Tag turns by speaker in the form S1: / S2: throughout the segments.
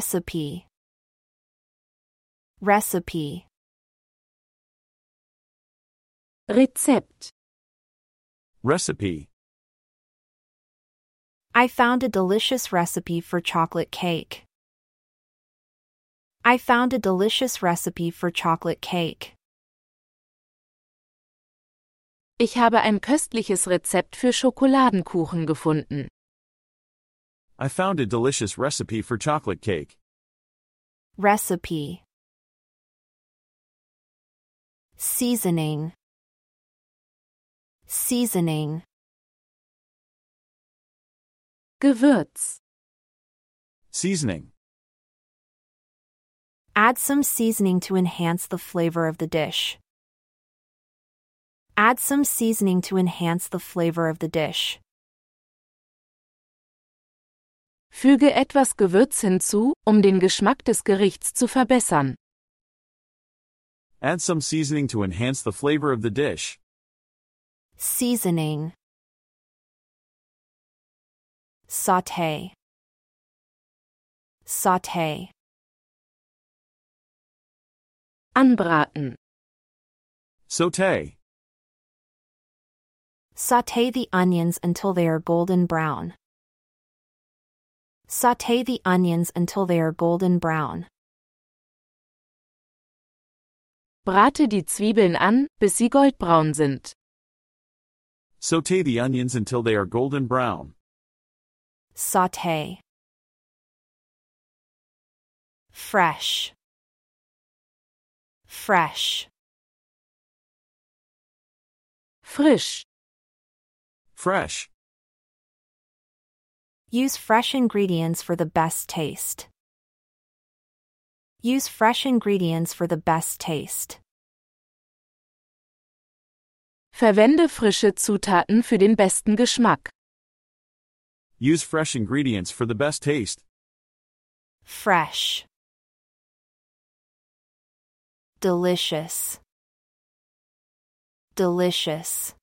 S1: Recipe. Recipe.
S2: Rezept.
S3: Recipe.
S1: I found a delicious recipe for chocolate cake. I found a delicious recipe for chocolate cake.
S2: Ich habe ein köstliches Rezept für Schokoladenkuchen gefunden.
S3: I found a delicious recipe for chocolate cake.
S1: Recipe. Seasoning. Seasoning.
S2: Gewürz.
S3: Seasoning.
S1: Add some seasoning to enhance the flavor of the dish. Add some seasoning to enhance the flavor of the dish.
S2: Füge etwas Gewürz hinzu, um den Geschmack des Gerichts zu verbessern.
S3: Add some seasoning to enhance the flavor of the dish.
S1: Seasoning. Saute. Saute.
S2: Anbraten.
S3: Saute.
S1: Saute the onions until they are golden brown. Saute the onions until they are golden brown.
S2: Brate die Zwiebeln an, bis sie goldbraun sind.
S3: Saute the onions until they are golden brown.
S1: Saute. Fresh. Fresh.
S2: Frisch.
S3: Fresh.
S1: Use fresh ingredients for the best taste. Use fresh ingredients for the best taste.
S2: Verwende frische Zutaten für den besten Geschmack.
S3: Use fresh ingredients for the best taste.
S1: Fresh. Delicious. Delicious.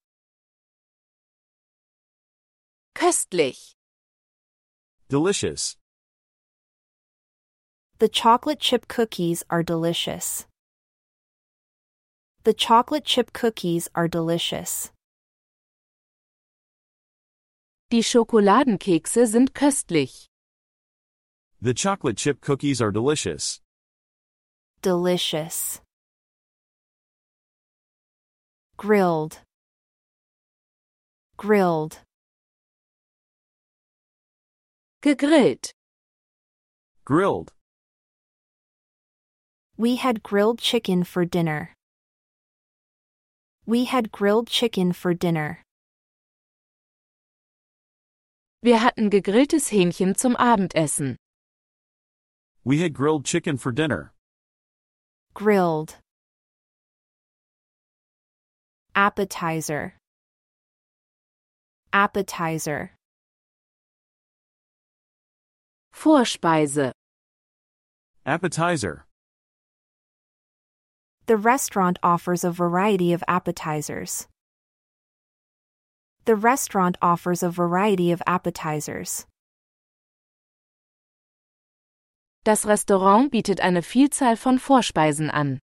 S2: Köstlich.
S3: Delicious.
S1: The chocolate chip cookies are delicious. The chocolate chip cookies are delicious.
S2: Die Schokoladenkekse sind köstlich.
S3: The chocolate chip cookies are delicious.
S1: Delicious. Grilled. Grilled.
S2: Gegrillt.
S3: Grilled.
S1: We had grilled chicken for dinner. We had grilled chicken for dinner.
S2: Wir hatten gegrilltes Hähnchen zum Abendessen.
S3: We had grilled chicken for dinner.
S1: Grilled. Appetizer. Appetizer.
S2: Vorspeise.
S3: Appetizer.
S1: The restaurant offers a variety of appetizers. The restaurant offers a variety of appetizers.
S2: Das Restaurant bietet eine Vielzahl von Vorspeisen an.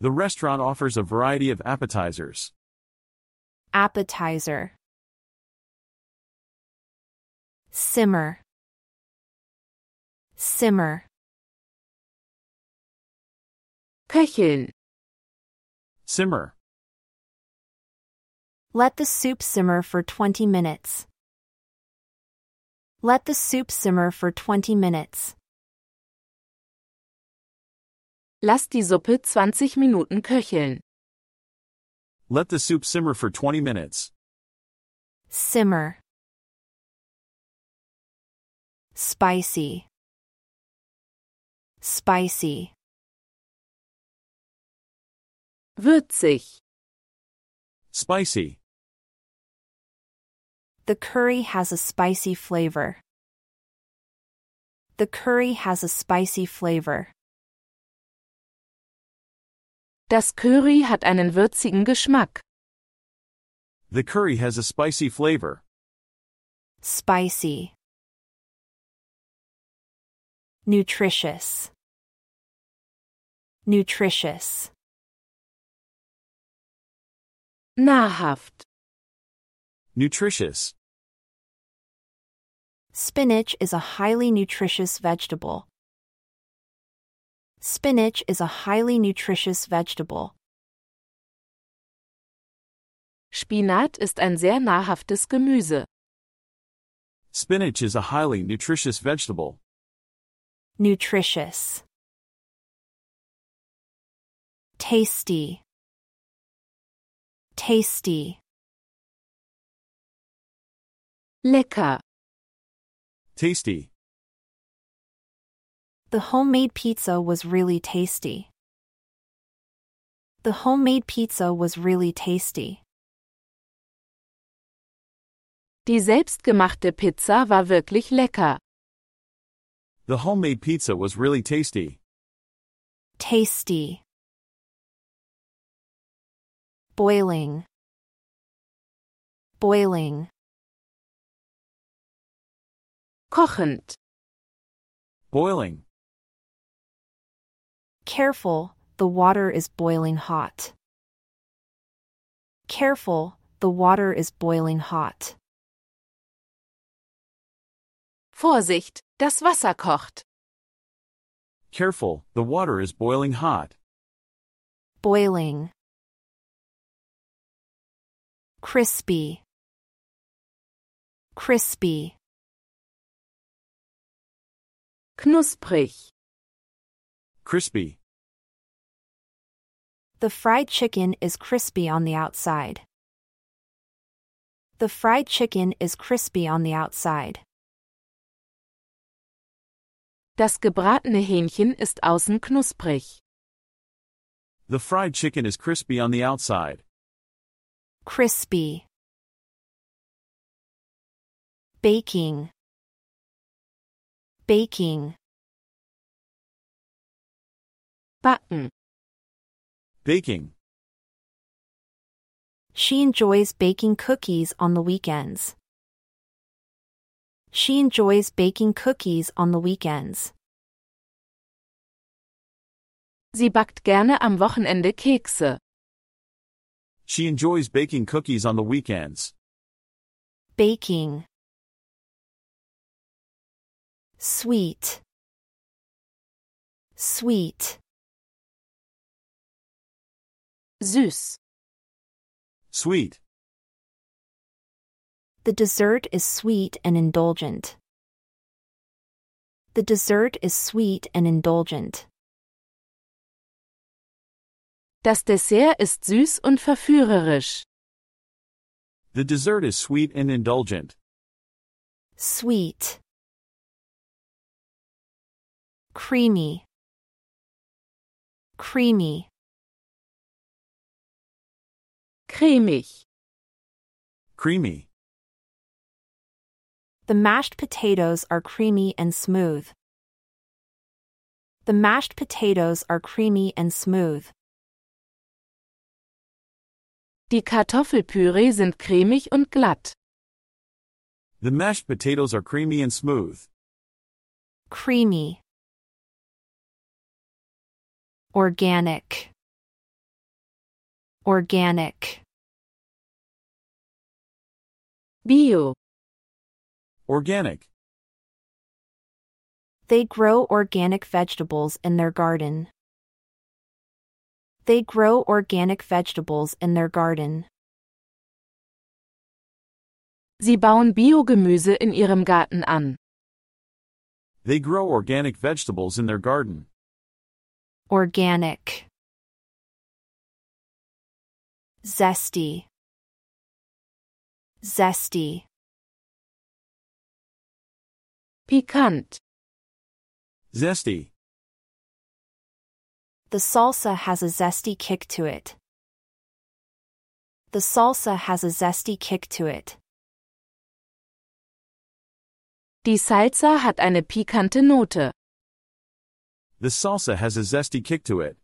S3: The restaurant offers a variety of appetizers.
S1: Appetizer. Simmer. Simmer.
S2: Köcheln.
S3: Simmer.
S1: Let the soup simmer for 20 minutes. Let the soup simmer for 20 minutes.
S2: Lass die Suppe 20 Minuten köcheln.
S3: Let the soup simmer for 20 minutes.
S1: Simmer. Spicy. Spicy.
S2: Würzig.
S3: Spicy.
S1: The curry has a spicy flavor. The curry has a spicy flavor.
S2: Das Curry hat einen würzigen Geschmack.
S3: The curry has a spicy flavor.
S1: Spicy. Nutritious. Nutritious.
S2: Nahrhaft.
S3: Nutritious.
S1: Spinach is a highly nutritious vegetable. Spinach is a highly nutritious vegetable.
S2: Spinat ist ein sehr nahrhaftes Gemüse.
S3: Spinach is a highly nutritious vegetable.
S1: Nutritious. Tasty. Tasty.
S2: Lecker.
S3: Tasty.
S1: The homemade pizza was really tasty. The homemade pizza was really tasty.
S2: Die selbstgemachte Pizza war wirklich lecker.
S3: The homemade pizza was really tasty.
S1: Tasty. Boiling. Boiling.
S2: Kochend.
S3: Boiling.
S1: Careful, the water is boiling hot. Careful, the water is boiling hot.
S2: Vorsicht, das Wasser kocht.
S3: Careful, the water is boiling hot.
S1: Boiling. Crispy. Crispy.
S2: Knusprig.
S3: Crispy.
S1: The fried chicken is crispy on the outside. The fried chicken is crispy on the outside.
S2: Das gebratene Hähnchen ist außen knusprig.
S3: The fried chicken is crispy on the outside.
S1: Crispy. Baking. Baking.
S2: Backen.
S3: Baking.
S1: She enjoys baking cookies on the weekends. She enjoys baking cookies on the weekends.
S2: Sie backt gerne am Wochenende Kekse.
S3: She enjoys baking cookies on the weekends.
S1: Baking. Sweet. Sweet.
S2: Süß.
S3: Sweet.
S1: The dessert is sweet and indulgent. The dessert is sweet and indulgent.
S2: Das Dessert ist süß und verführerisch.
S3: The dessert is sweet and indulgent.
S1: Sweet. Creamy. Creamy.
S2: Cremig.
S3: Creamy.
S1: The mashed potatoes are creamy and smooth. The mashed potatoes are creamy and smooth.
S2: Die Kartoffelpüree sind cremig und glatt.
S3: The mashed potatoes are creamy and smooth.
S1: Creamy. Organic. Organic.
S2: Bio.
S3: Organic.
S1: They grow organic vegetables in their garden. They grow organic vegetables in their garden.
S2: Sie bauen Biogemüse in ihrem Garten an.
S3: They grow organic vegetables in their garden.
S1: Organic. Zesty. Zesty.
S2: Pikant.
S3: Zesty.
S1: The salsa has a zesty kick to it. The salsa has a zesty kick to it.
S2: Die Salsa hat eine pikante Note.
S3: The salsa has a zesty kick to it.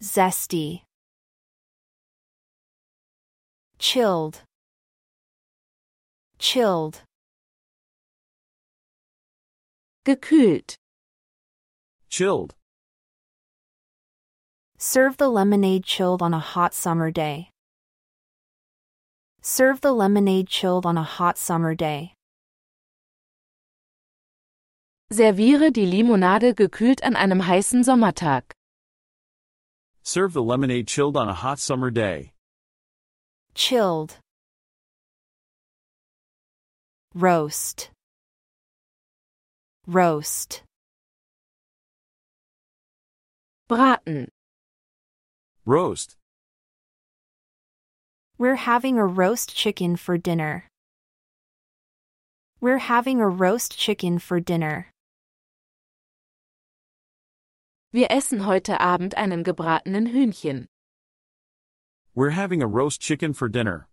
S1: Zesty. Chilled. Chilled.
S2: Gekühlt.
S3: Chilled.
S1: Serve the lemonade chilled on a hot summer day. Serve the lemonade chilled on a hot summer day.
S2: Serviere die Limonade gekühlt an einem heißen Sommertag.
S3: Serve the lemonade chilled on a hot summer day.
S1: Chilled. Roast. Roast.
S2: Braten.
S3: Roast.
S1: We're having a roast chicken for dinner. We're having a roast chicken for dinner.
S2: Wir essen heute Abend einen gebratenen Hühnchen.
S3: We're having a roast chicken for dinner.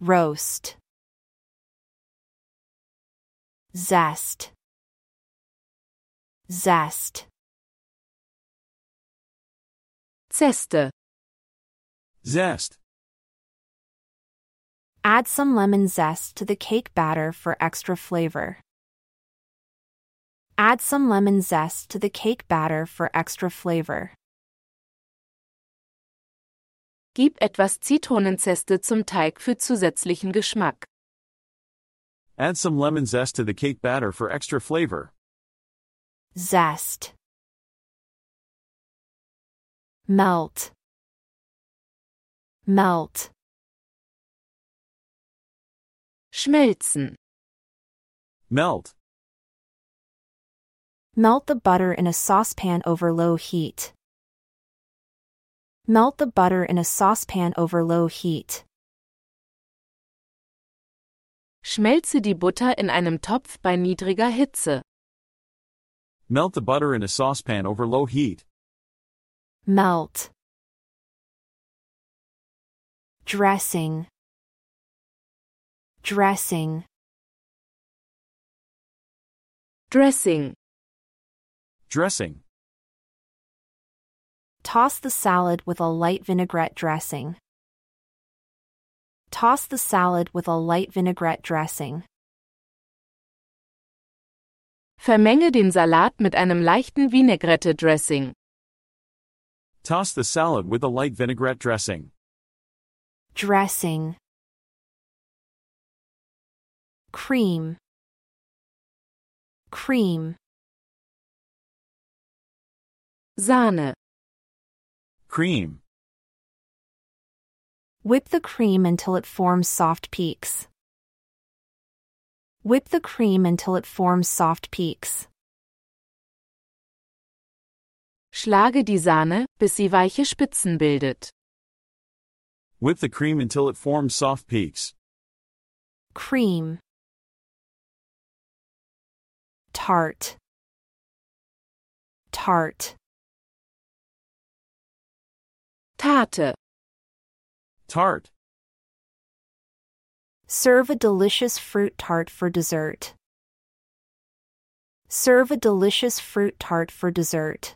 S1: Roast. Zest. Zest.
S2: Zeste.
S3: Zest.
S1: Add some lemon zest to the cake batter for extra flavor. Add some lemon zest to the cake batter for extra flavor.
S2: Gib etwas Zitronenzeste zum Teig für zusätzlichen Geschmack.
S3: Add some lemon zest to the cake batter for extra flavor.
S1: Zest. Melt. Melt.
S2: Schmelzen.
S3: Melt.
S1: Melt the butter in a saucepan over low heat. Melt the butter in a saucepan over low heat.
S2: Schmelze die Butter in einem Topf bei niedriger Hitze.
S3: Melt the butter in a saucepan over low heat.
S1: Melt. Dressing. Dressing.
S2: Dressing.
S3: Dressing.
S1: Toss the salad with a light vinaigrette dressing. Toss the salad with a light vinaigrette dressing.
S2: Vermenge den Salat mit einem leichten Vinaigrette-Dressing.
S3: Toss the salad with a light vinaigrette dressing.
S1: Dressing. Cream. Cream.
S2: Sahne.
S3: Cream.
S1: Whip the cream until it forms soft peaks. Whip the cream until it forms soft peaks.
S2: Schlage die Sahne, bis sie weiche Spitzen bildet.
S3: Whip the cream until it forms soft peaks.
S1: Cream. Tart. Tart.
S2: Tarte.
S3: Tart.
S1: Serve a delicious fruit tart for dessert. Serve a delicious fruit tart for dessert.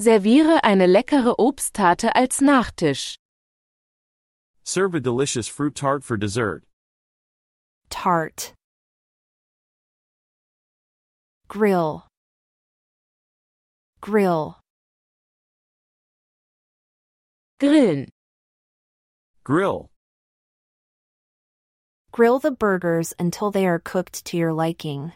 S2: Serviere eine leckere Obsttarte als Nachtisch.
S3: Serve a delicious fruit tart for dessert.
S1: Tart. Grill. Grill.
S2: Grillen.
S3: Grill.
S1: Grill the burgers until they are cooked to your liking.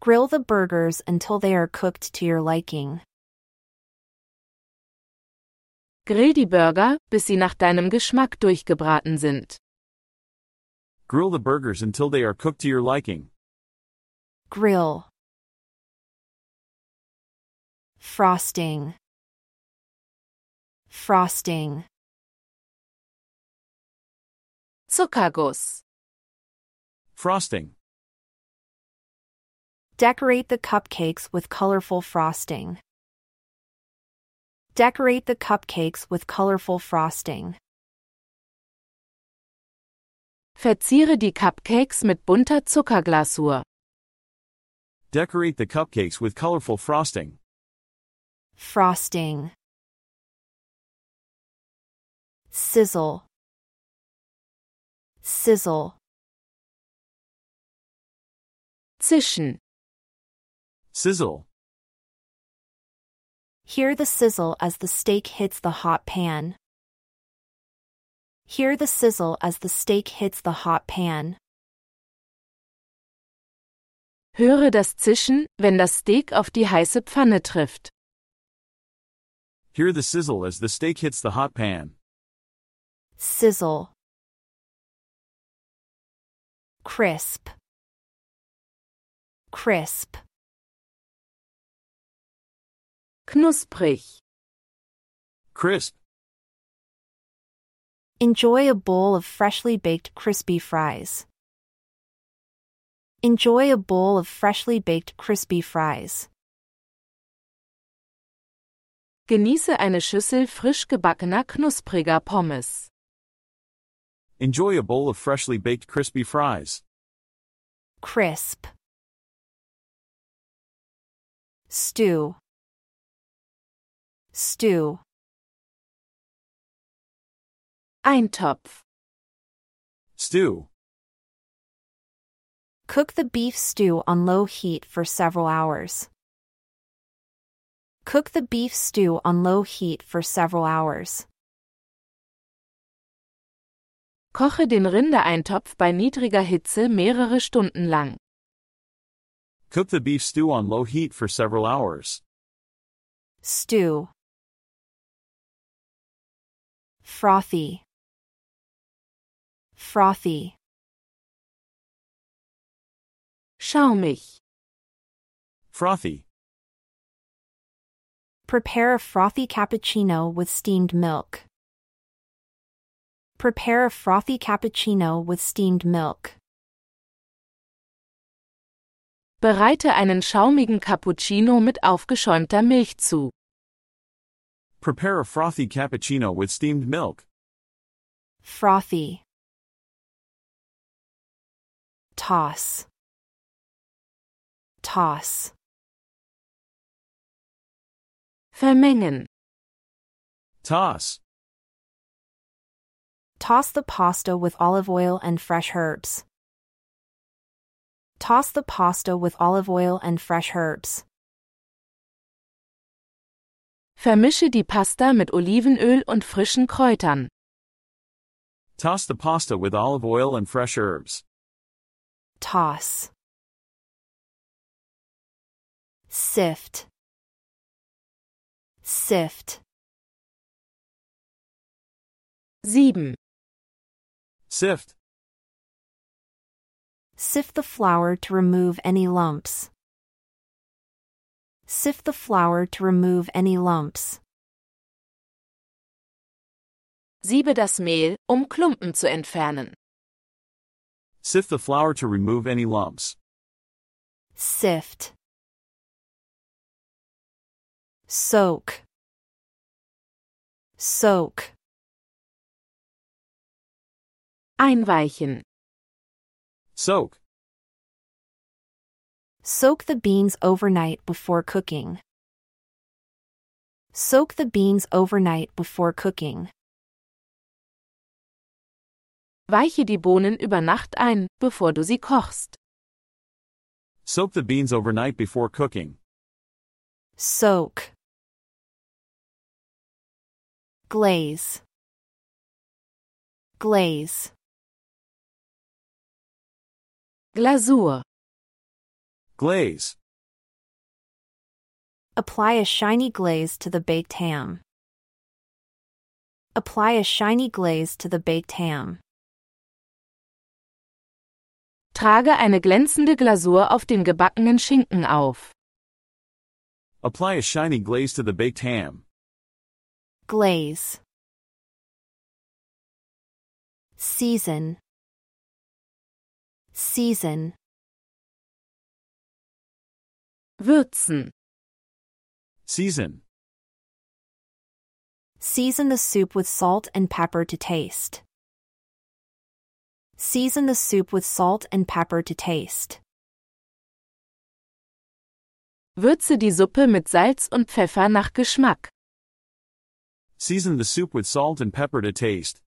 S1: Grill the burgers until they are cooked to your liking.
S2: Grill die Burger, bis sie nach deinem Geschmack durchgebraten sind.
S3: Grill the burgers until they are cooked to your liking.
S1: Grill. Frosting. Frosting.
S2: Zuckerguss.
S3: Frosting.
S1: Decorate the cupcakes with colorful frosting. Decorate the cupcakes with colorful frosting.
S2: Verziere die Cupcakes mit bunter Zuckerglasur.
S3: Decorate the cupcakes with colorful frosting.
S1: Frosting. Sizzle. Sizzle.
S2: Zischen.
S3: Sizzle.
S1: Hear the sizzle as the steak hits the hot pan. Hear the sizzle as the steak hits the hot pan.
S2: Höre das Zischen, wenn das Steak auf die heiße Pfanne trifft.
S3: Hear the sizzle as the steak hits the hot pan.
S1: Sizzle. Crisp. Crisp.
S2: Knusprig.
S3: Crisp.
S1: Enjoy a bowl of freshly baked crispy fries. Enjoy a bowl of freshly baked crispy fries.
S2: Genieße eine Schüssel frisch gebackener knuspriger Pommes.
S3: Enjoy a bowl of freshly baked crispy fries.
S1: Crisp. Stew. Stew.
S2: Eintopf.
S3: Stew.
S1: Cook the beef stew on low heat for several hours. Cook the beef stew on low heat for several hours.
S2: Koche den Rindereintopf bei niedriger Hitze mehrere Stunden lang.
S3: Cook the beef stew on low heat for several hours.
S1: Stew. Frothy. Frothy.
S2: Schaumig.
S3: Frothy.
S1: Prepare a frothy cappuccino with steamed milk. Prepare a frothy cappuccino with steamed milk.
S2: Bereite einen schaumigen Cappuccino mit aufgeschäumter Milch zu.
S3: Prepare a frothy cappuccino with steamed milk.
S1: Frothy. Toss. Toss.
S2: Vermengen.
S3: Toss.
S1: Toss the pasta with olive oil and fresh herbs. Toss the pasta with olive oil and fresh herbs.
S2: Vermische die Pasta mit Olivenöl und frischen Kräutern.
S3: Toss the pasta with olive oil and fresh herbs.
S1: Toss. Sift. Sift.
S2: 7.
S3: Sift.
S1: Sift the flour to remove any lumps. Sift the flour to remove any lumps.
S2: Siebe das Mehl, um Klumpen zu entfernen.
S3: Sift the flour to remove any lumps.
S1: Sift. Soak. Soak.
S2: Einweichen.
S3: Soak.
S1: Soak the beans overnight before cooking. Soak the beans overnight before cooking.
S2: Weiche die Bohnen über Nacht ein, bevor du sie kochst.
S3: Soak the beans overnight before cooking.
S1: Soak. Glaze. Glaze.
S2: Glasur.
S3: Glaze.
S1: Apply a shiny glaze to the baked ham. Apply a shiny glaze to the baked ham.
S2: Trage eine glänzende Glasur auf den gebackenen Schinken auf.
S3: Apply a shiny glaze to the baked ham.
S1: Glaze. Season. Season.
S2: Würzen.
S3: Season.
S1: Season the soup with salt and pepper to taste. Season the soup with salt and pepper to taste.
S2: Würze die Suppe mit Salz und Pfeffer nach Geschmack.
S3: Season the soup with salt and pepper to taste.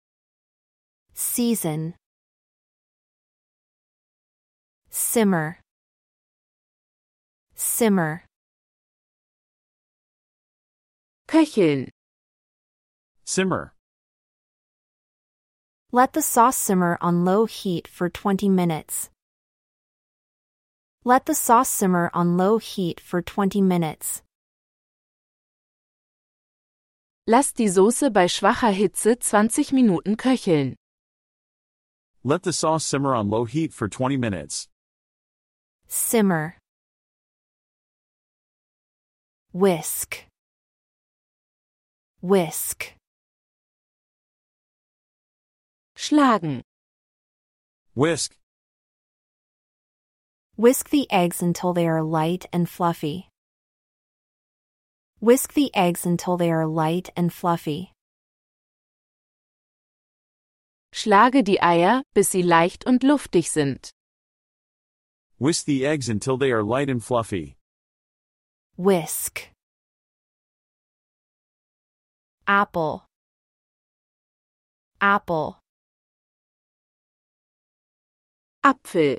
S1: Season. Simmer. Simmer.
S2: Köcheln.
S3: Simmer.
S1: Let the sauce simmer on low heat for 20 minutes. Let the sauce simmer on low heat for 20 minutes.
S2: Lass die Soße bei schwacher Hitze 20 Minuten köcheln.
S3: Let the sauce simmer on low heat for 20 minutes.
S1: Simmer. Whisk. Whisk.
S2: Schlagen.
S3: Whisk.
S1: Whisk the eggs until they are light and fluffy. Whisk the eggs until they are light and fluffy.
S2: Schlage die Eier, bis sie leicht und luftig sind.
S3: Whisk the eggs until they are light and fluffy.
S1: Whisk. Apple. Apple.
S2: Apfel.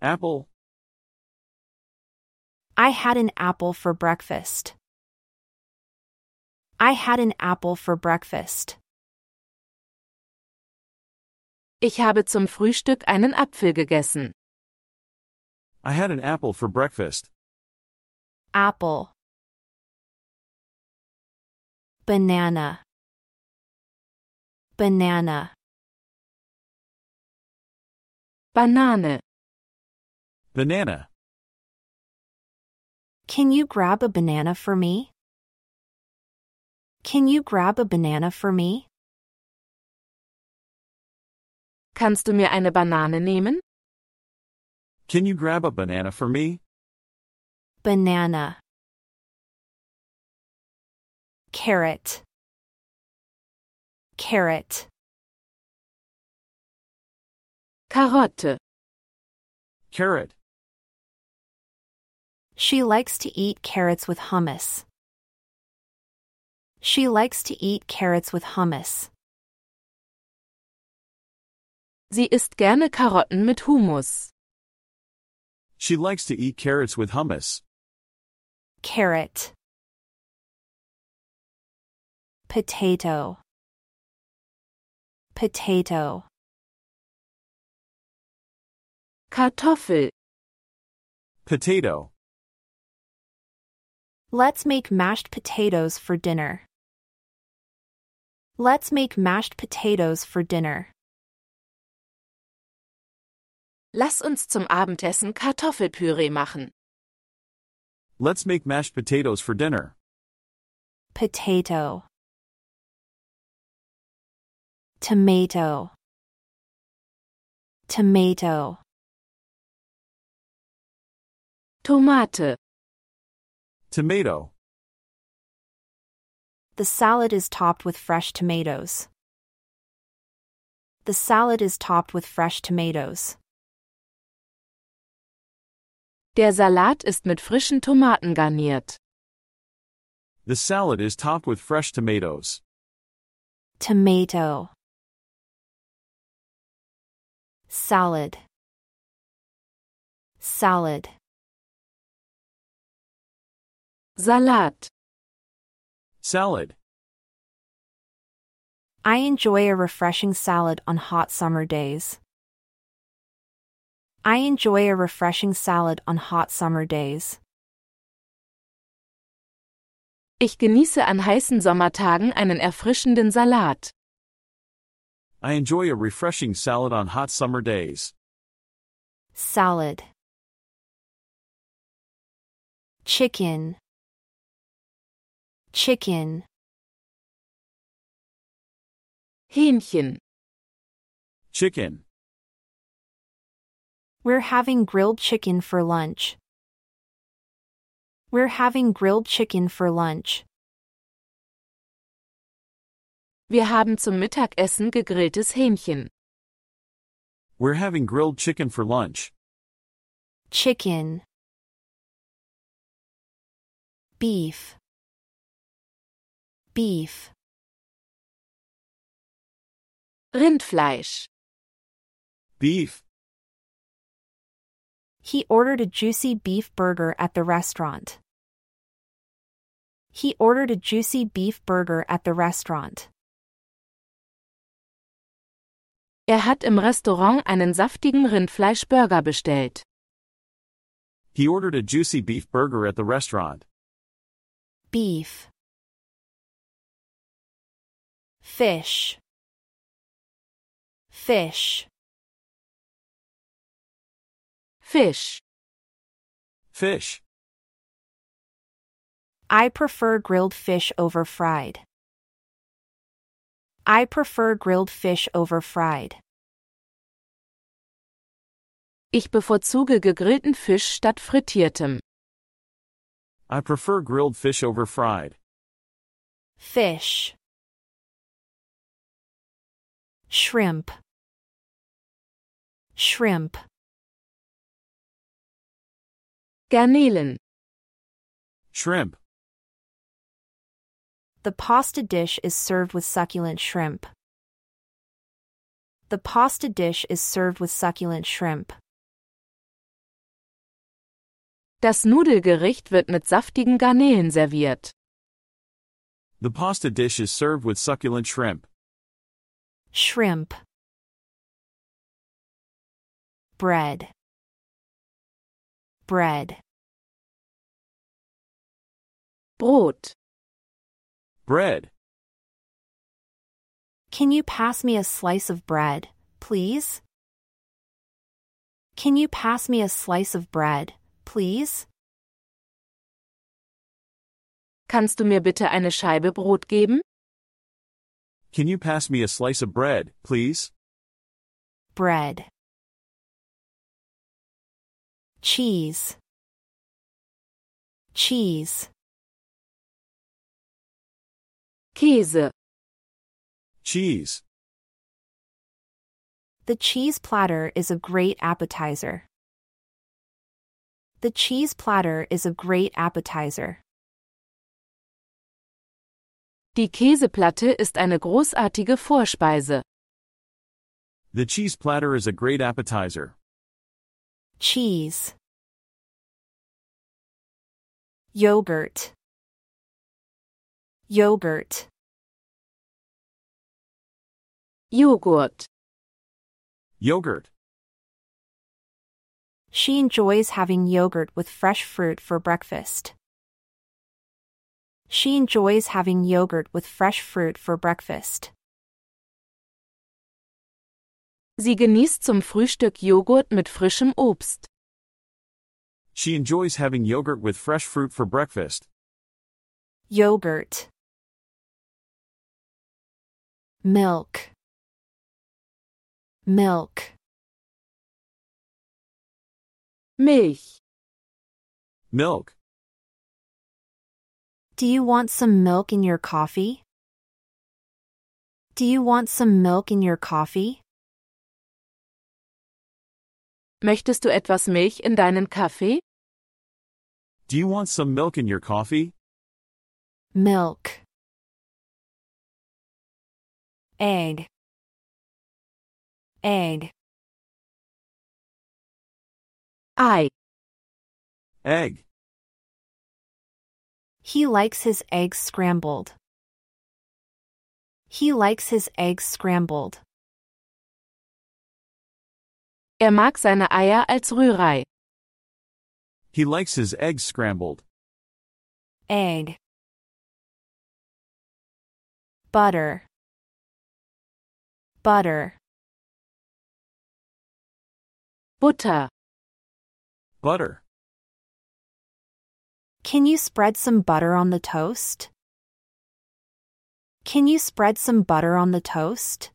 S3: Apple.
S1: I had an apple for breakfast. I had an apple for breakfast.
S2: Ich habe zum Frühstück einen Apfel gegessen.
S3: I had an apple for breakfast.
S1: Apple. Banana. Banana.
S2: Banane.
S3: Banana.
S1: Can you grab a banana for me? Can you grab a banana for me?
S2: Kannst du mir eine Banane nehmen?
S3: Can you grab a banana for me?
S1: Banana. Carrot. Carrot.
S2: Karotte.
S3: Carrot.
S1: She likes to eat carrots with hummus. She likes to eat carrots with hummus.
S2: Sie isst gerne Karotten mit Humus.
S3: She likes to eat carrots with hummus.
S1: Carrot. Potato. Potato.
S2: Kartoffel.
S3: Potato.
S1: Let's make mashed potatoes for dinner. Let's make mashed potatoes for dinner.
S2: Lass uns zum Abendessen Kartoffelpüree machen.
S3: Let's make mashed potatoes for dinner.
S1: Potato. Tomato. Tomato.
S2: Tomate.
S3: Tomato.
S1: The salad is topped with fresh tomatoes. The salad is topped with fresh tomatoes.
S2: Der Salat ist mit frischen Tomaten garniert.
S3: The salad is topped with fresh tomatoes.
S1: Tomato. Salad. Salad.
S2: Salat.
S3: Salad.
S1: I enjoy a refreshing salad on hot summer days. I enjoy a refreshing salad on hot summer days.
S2: Ich genieße an heißen Sommertagen einen erfrischenden Salat.
S3: I enjoy a refreshing salad on hot summer days.
S1: Salad. Chicken. Chicken.
S2: Hähnchen.
S3: Chicken.
S1: We're having grilled chicken for lunch. We're having grilled chicken for lunch.
S2: Wir haben zum Mittagessen gegrilltes Hähnchen.
S3: We're having grilled chicken for lunch.
S1: Chicken. Beef. Beef.
S2: Rindfleisch.
S3: Beef.
S1: He ordered a juicy beef burger at the restaurant. He ordered a juicy beef burger at the restaurant.
S2: Er hat im Restaurant einen saftigen Rindfleischburger bestellt.
S3: He ordered a juicy beef burger at the restaurant.
S1: Beef. Fish. Fish.
S2: Fisch.
S3: Fish.
S1: I prefer grilled fish over fried. I prefer grilled fish over fried.
S2: Ich bevorzuge gegrillten Fisch statt frittiertem.
S3: I prefer grilled fish over fried.
S1: Fish. Shrimp. Shrimp.
S2: Garnelen.
S3: Shrimp.
S1: The pasta dish is served with succulent shrimp. The pasta dish is served with succulent shrimp.
S2: Das Nudelgericht wird mit saftigen Garnelen serviert.
S3: The pasta dish is served with succulent shrimp.
S1: Shrimp. Bread. Bread.
S2: Brot.
S3: Bread.
S1: Can you pass me a slice of bread, please? Can you pass me a slice of bread, please?
S2: Kannst du mir bitte eine Scheibe Brot geben?
S3: Can you pass me a slice of bread, please?
S1: Bread. Cheese. Cheese.
S2: Käse.
S3: Cheese.
S1: The cheese platter is a great appetizer. The cheese platter is a great appetizer.
S2: Die Käseplatte ist eine großartige Vorspeise.
S3: The cheese platter is a great appetizer.
S1: Cheese. Yogurt. Yogurt.
S2: Joghurt.
S3: Yogurt.
S1: She enjoys having yogurt with fresh fruit for breakfast. She enjoys having yogurt with fresh fruit for breakfast.
S2: Sie genießt zum Frühstück Joghurt mit frischem Obst.
S3: She enjoys having yogurt with fresh fruit for breakfast.
S1: Yogurt. Milk. Milk.
S2: Milch.
S3: Milk.
S1: Do you want some milk in your coffee? Do you want some milk in your coffee?
S2: Möchtest du etwas Milch in deinen Kaffee?
S3: Do you want some milk in your coffee?
S1: Milk. Egg. Egg.
S2: Ei.
S3: Egg.
S1: He likes his eggs scrambled. He likes his eggs scrambled.
S2: Er mag seine Eier als Rührei.
S3: He likes his eggs scrambled.
S1: Egg. Butter. Butter.
S2: Butter.
S3: Butter.
S1: Can you spread some butter on the toast? Can you spread some butter on the toast?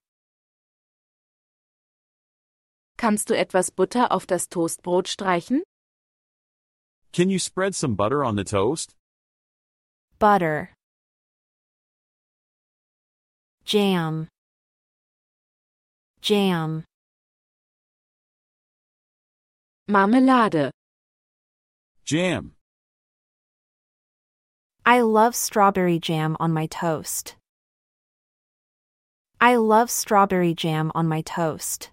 S2: Kannst du etwas Butter auf das Toastbrot streichen?
S3: Can you spread some butter on the toast?
S1: Butter. Jam. Jam.
S2: Marmelade.
S3: Jam.
S1: I love strawberry jam on my toast. I love strawberry jam on my toast.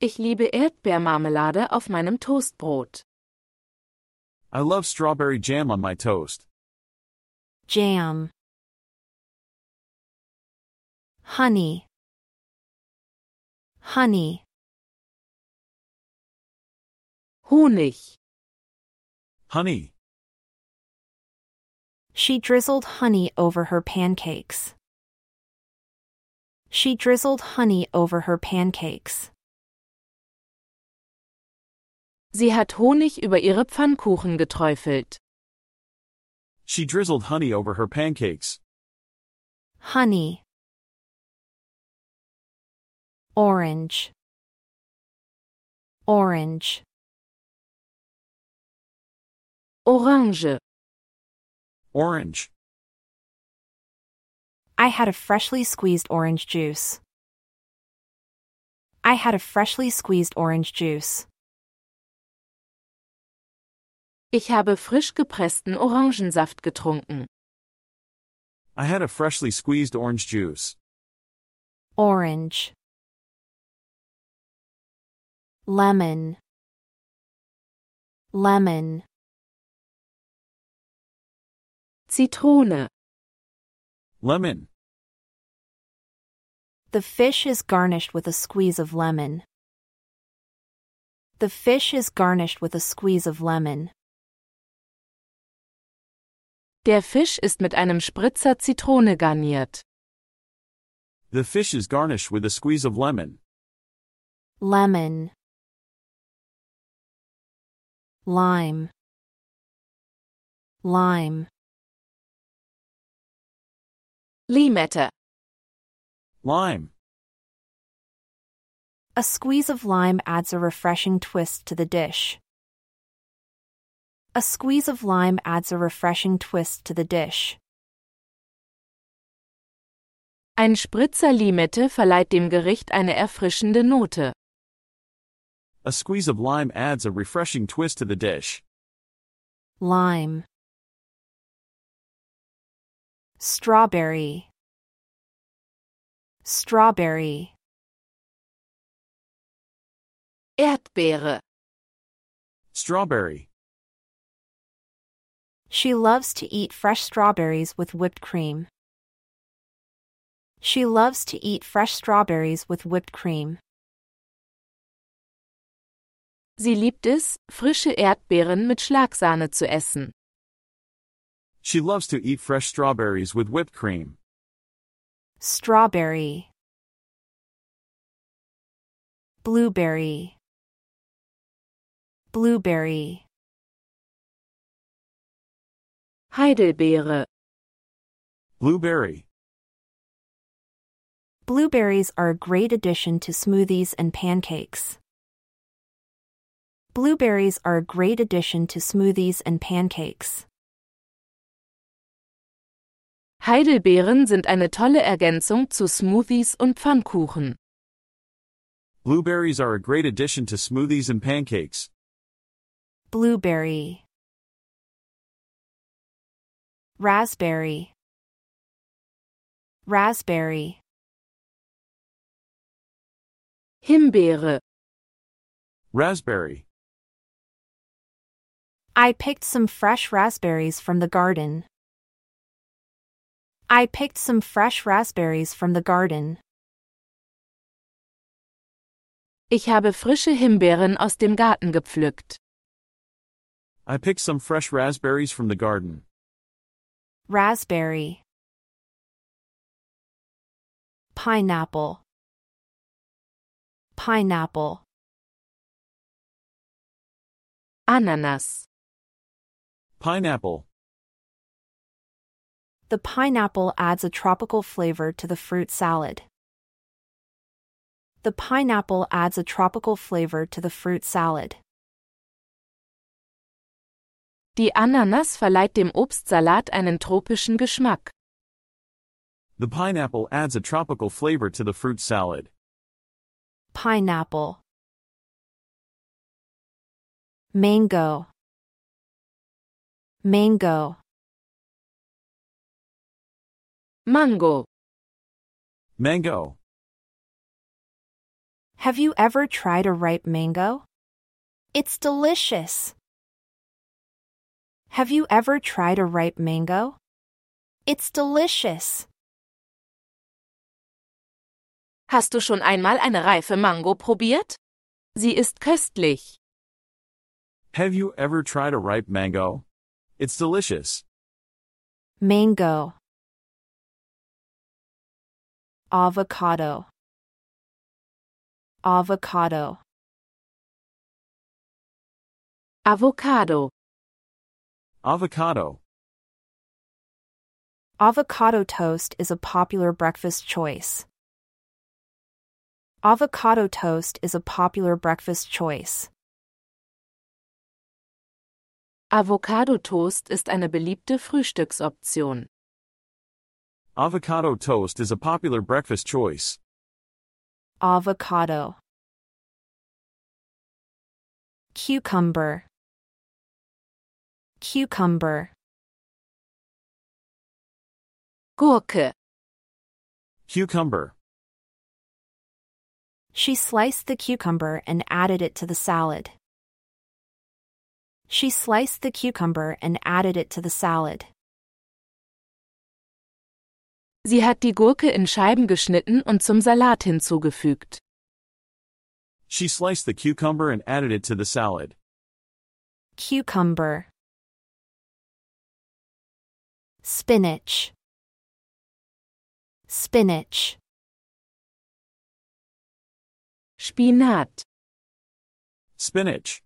S2: Ich liebe Erdbeermarmelade auf meinem Toastbrot.
S3: I love strawberry jam on my toast.
S1: Jam. Honey. Honey.
S2: Honig.
S3: Honey.
S1: She drizzled honey over her pancakes. She drizzled honey over her pancakes.
S2: Sie hat Honig über ihre Pfannkuchen geträufelt.
S3: She drizzled honey over her pancakes.
S1: Honey. Orange. Orange.
S2: Orange.
S3: Orange.
S1: I had a freshly squeezed orange juice. I had a freshly squeezed orange juice.
S2: Ich habe frisch gepressten Orangensaft getrunken.
S3: I had a freshly squeezed orange juice.
S1: Orange. Lemon. Lemon.
S2: Zitrone.
S3: Lemon.
S1: The fish is garnished with a squeeze of lemon. The fish is garnished with a squeeze of lemon.
S2: Der Fisch ist mit einem Spritzer Zitrone garniert.
S3: The fish is garnished with a squeeze of lemon.
S1: Lemon. Lime. Lime.
S2: Limette.
S3: Lime.
S1: A squeeze of lime adds a refreshing twist to the dish. A squeeze of lime adds a refreshing twist to the dish.
S2: Ein Spritzer Limette verleiht dem Gericht eine erfrischende Note.
S3: A squeeze of lime adds a refreshing twist to the dish.
S1: Lime. Strawberry. Strawberry.
S2: Erdbeere.
S3: Strawberry.
S1: She loves to eat fresh strawberries with whipped cream. She loves to eat fresh strawberries with whipped cream.
S2: Sie liebt es, frische Erdbeeren mit Schlagsahne zu essen.
S3: She loves to eat fresh strawberries with whipped cream.
S1: Strawberry. Blueberry. Blueberry.
S2: Heidelbeere.
S3: Blueberry.
S1: Blueberries are a great addition to smoothies and pancakes. Blueberries are a great addition to smoothies and pancakes.
S2: Heidelbeeren sind eine tolle Ergänzung zu Smoothies und Pfannkuchen.
S3: Blueberries are a great addition to smoothies and pancakes.
S1: Blueberry. Raspberry. Raspberry.
S2: Himbeere.
S3: Raspberry.
S1: I picked some fresh raspberries from the garden. I picked some fresh raspberries from the garden.
S2: Ich habe frische Himbeeren aus dem Garten gepflückt.
S3: I picked some fresh raspberries from the garden.
S1: Raspberry. Pineapple. Pineapple.
S2: Ananas.
S3: Pineapple.
S1: The pineapple adds a tropical flavor to the fruit salad. The pineapple adds a tropical flavor to the fruit salad.
S2: Die Ananas verleiht dem Obstsalat einen tropischen Geschmack.
S3: The pineapple adds a tropical flavor to the fruit salad.
S1: Pineapple. Mango. Mango.
S2: Mango.
S3: Mango.
S1: Have you ever tried a ripe mango? It's delicious. Have you ever tried a ripe mango? It's delicious.
S2: Hast du schon einmal eine reife Mango probiert? Sie ist köstlich.
S3: Have you ever tried a ripe mango? It's delicious.
S1: Mango. Avocado. Avocado.
S2: Avocado.
S3: Avocado.
S1: Avocado toast is a popular breakfast choice. Avocado toast is a popular breakfast choice.
S2: Avocado Toast ist eine beliebte Frühstücksoption.
S3: Avocado toast is a popular breakfast choice.
S1: Avocado. Cucumber. Cucumber.
S2: Gurke.
S3: Cucumber.
S1: She sliced the cucumber and added it to the salad. She sliced the cucumber and added it to the salad.
S2: Sie hat die Gurke in Scheiben geschnitten und zum Salat hinzugefügt.
S3: She sliced the cucumber and added it to the salad.
S1: Cucumber. Spinach. Spinach.
S2: Spinat.
S3: Spinach.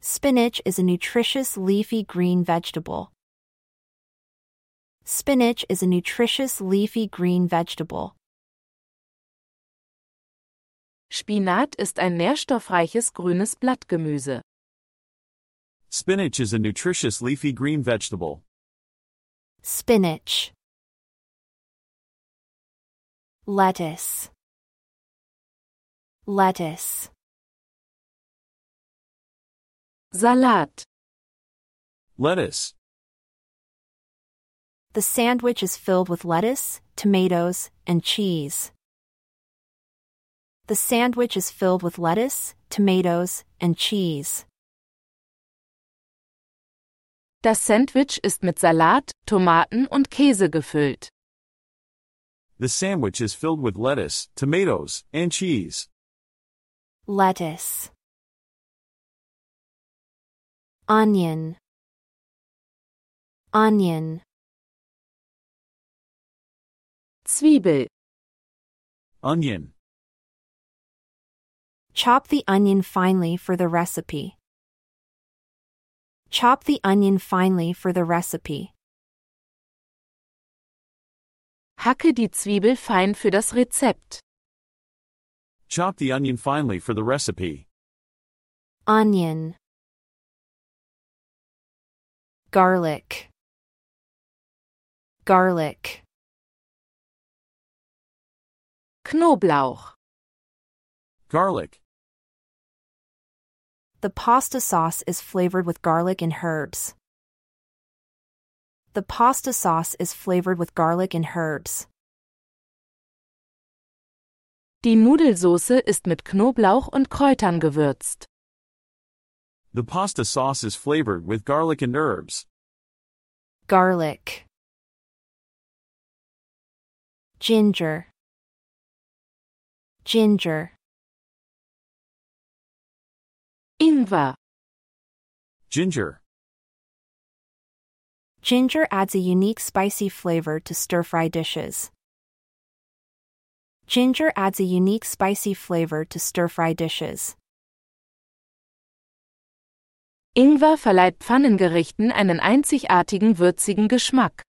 S1: Spinach is a nutritious leafy green vegetable. Spinach is a nutritious leafy green vegetable.
S2: Spinat ist ein nährstoffreiches grünes Blattgemüse.
S3: Spinach is a nutritious leafy green vegetable.
S1: Spinach. Lettuce. Lettuce.
S2: Salat.
S3: Lettuce.
S1: The sandwich is filled with lettuce, tomatoes, and cheese. The sandwich is filled with lettuce, tomatoes, and cheese.
S2: Das Sandwich ist mit Salat, Tomaten und Käse gefüllt.
S3: The sandwich is filled with lettuce, tomatoes, and cheese.
S1: Lettuce. Onion. Onion.
S2: Zwiebel.
S3: Onion.
S1: Chop the onion finely for the recipe. Chop the onion finely for the recipe.
S2: Hacke die Zwiebel fein für das Rezept.
S3: Chop the onion finely for the recipe.
S1: Onion. Garlic. Garlic.
S2: Knoblauch.
S3: Garlic.
S1: The pasta sauce is flavored with garlic and herbs. The pasta sauce is flavored with garlic and herbs.
S2: Die Nudelsauce ist mit Knoblauch und Kräutern gewürzt.
S3: The pasta sauce is flavored with garlic and herbs.
S1: Garlic. Ginger. Ginger.
S2: Ingwer.
S3: Ginger.
S1: Ginger adds a unique spicy flavor to stir fry dishes. Ginger adds a unique spicy flavor to stir fry dishes.
S2: Ingwer verleiht Pfannengerichten einen einzigartigen würzigen Geschmack.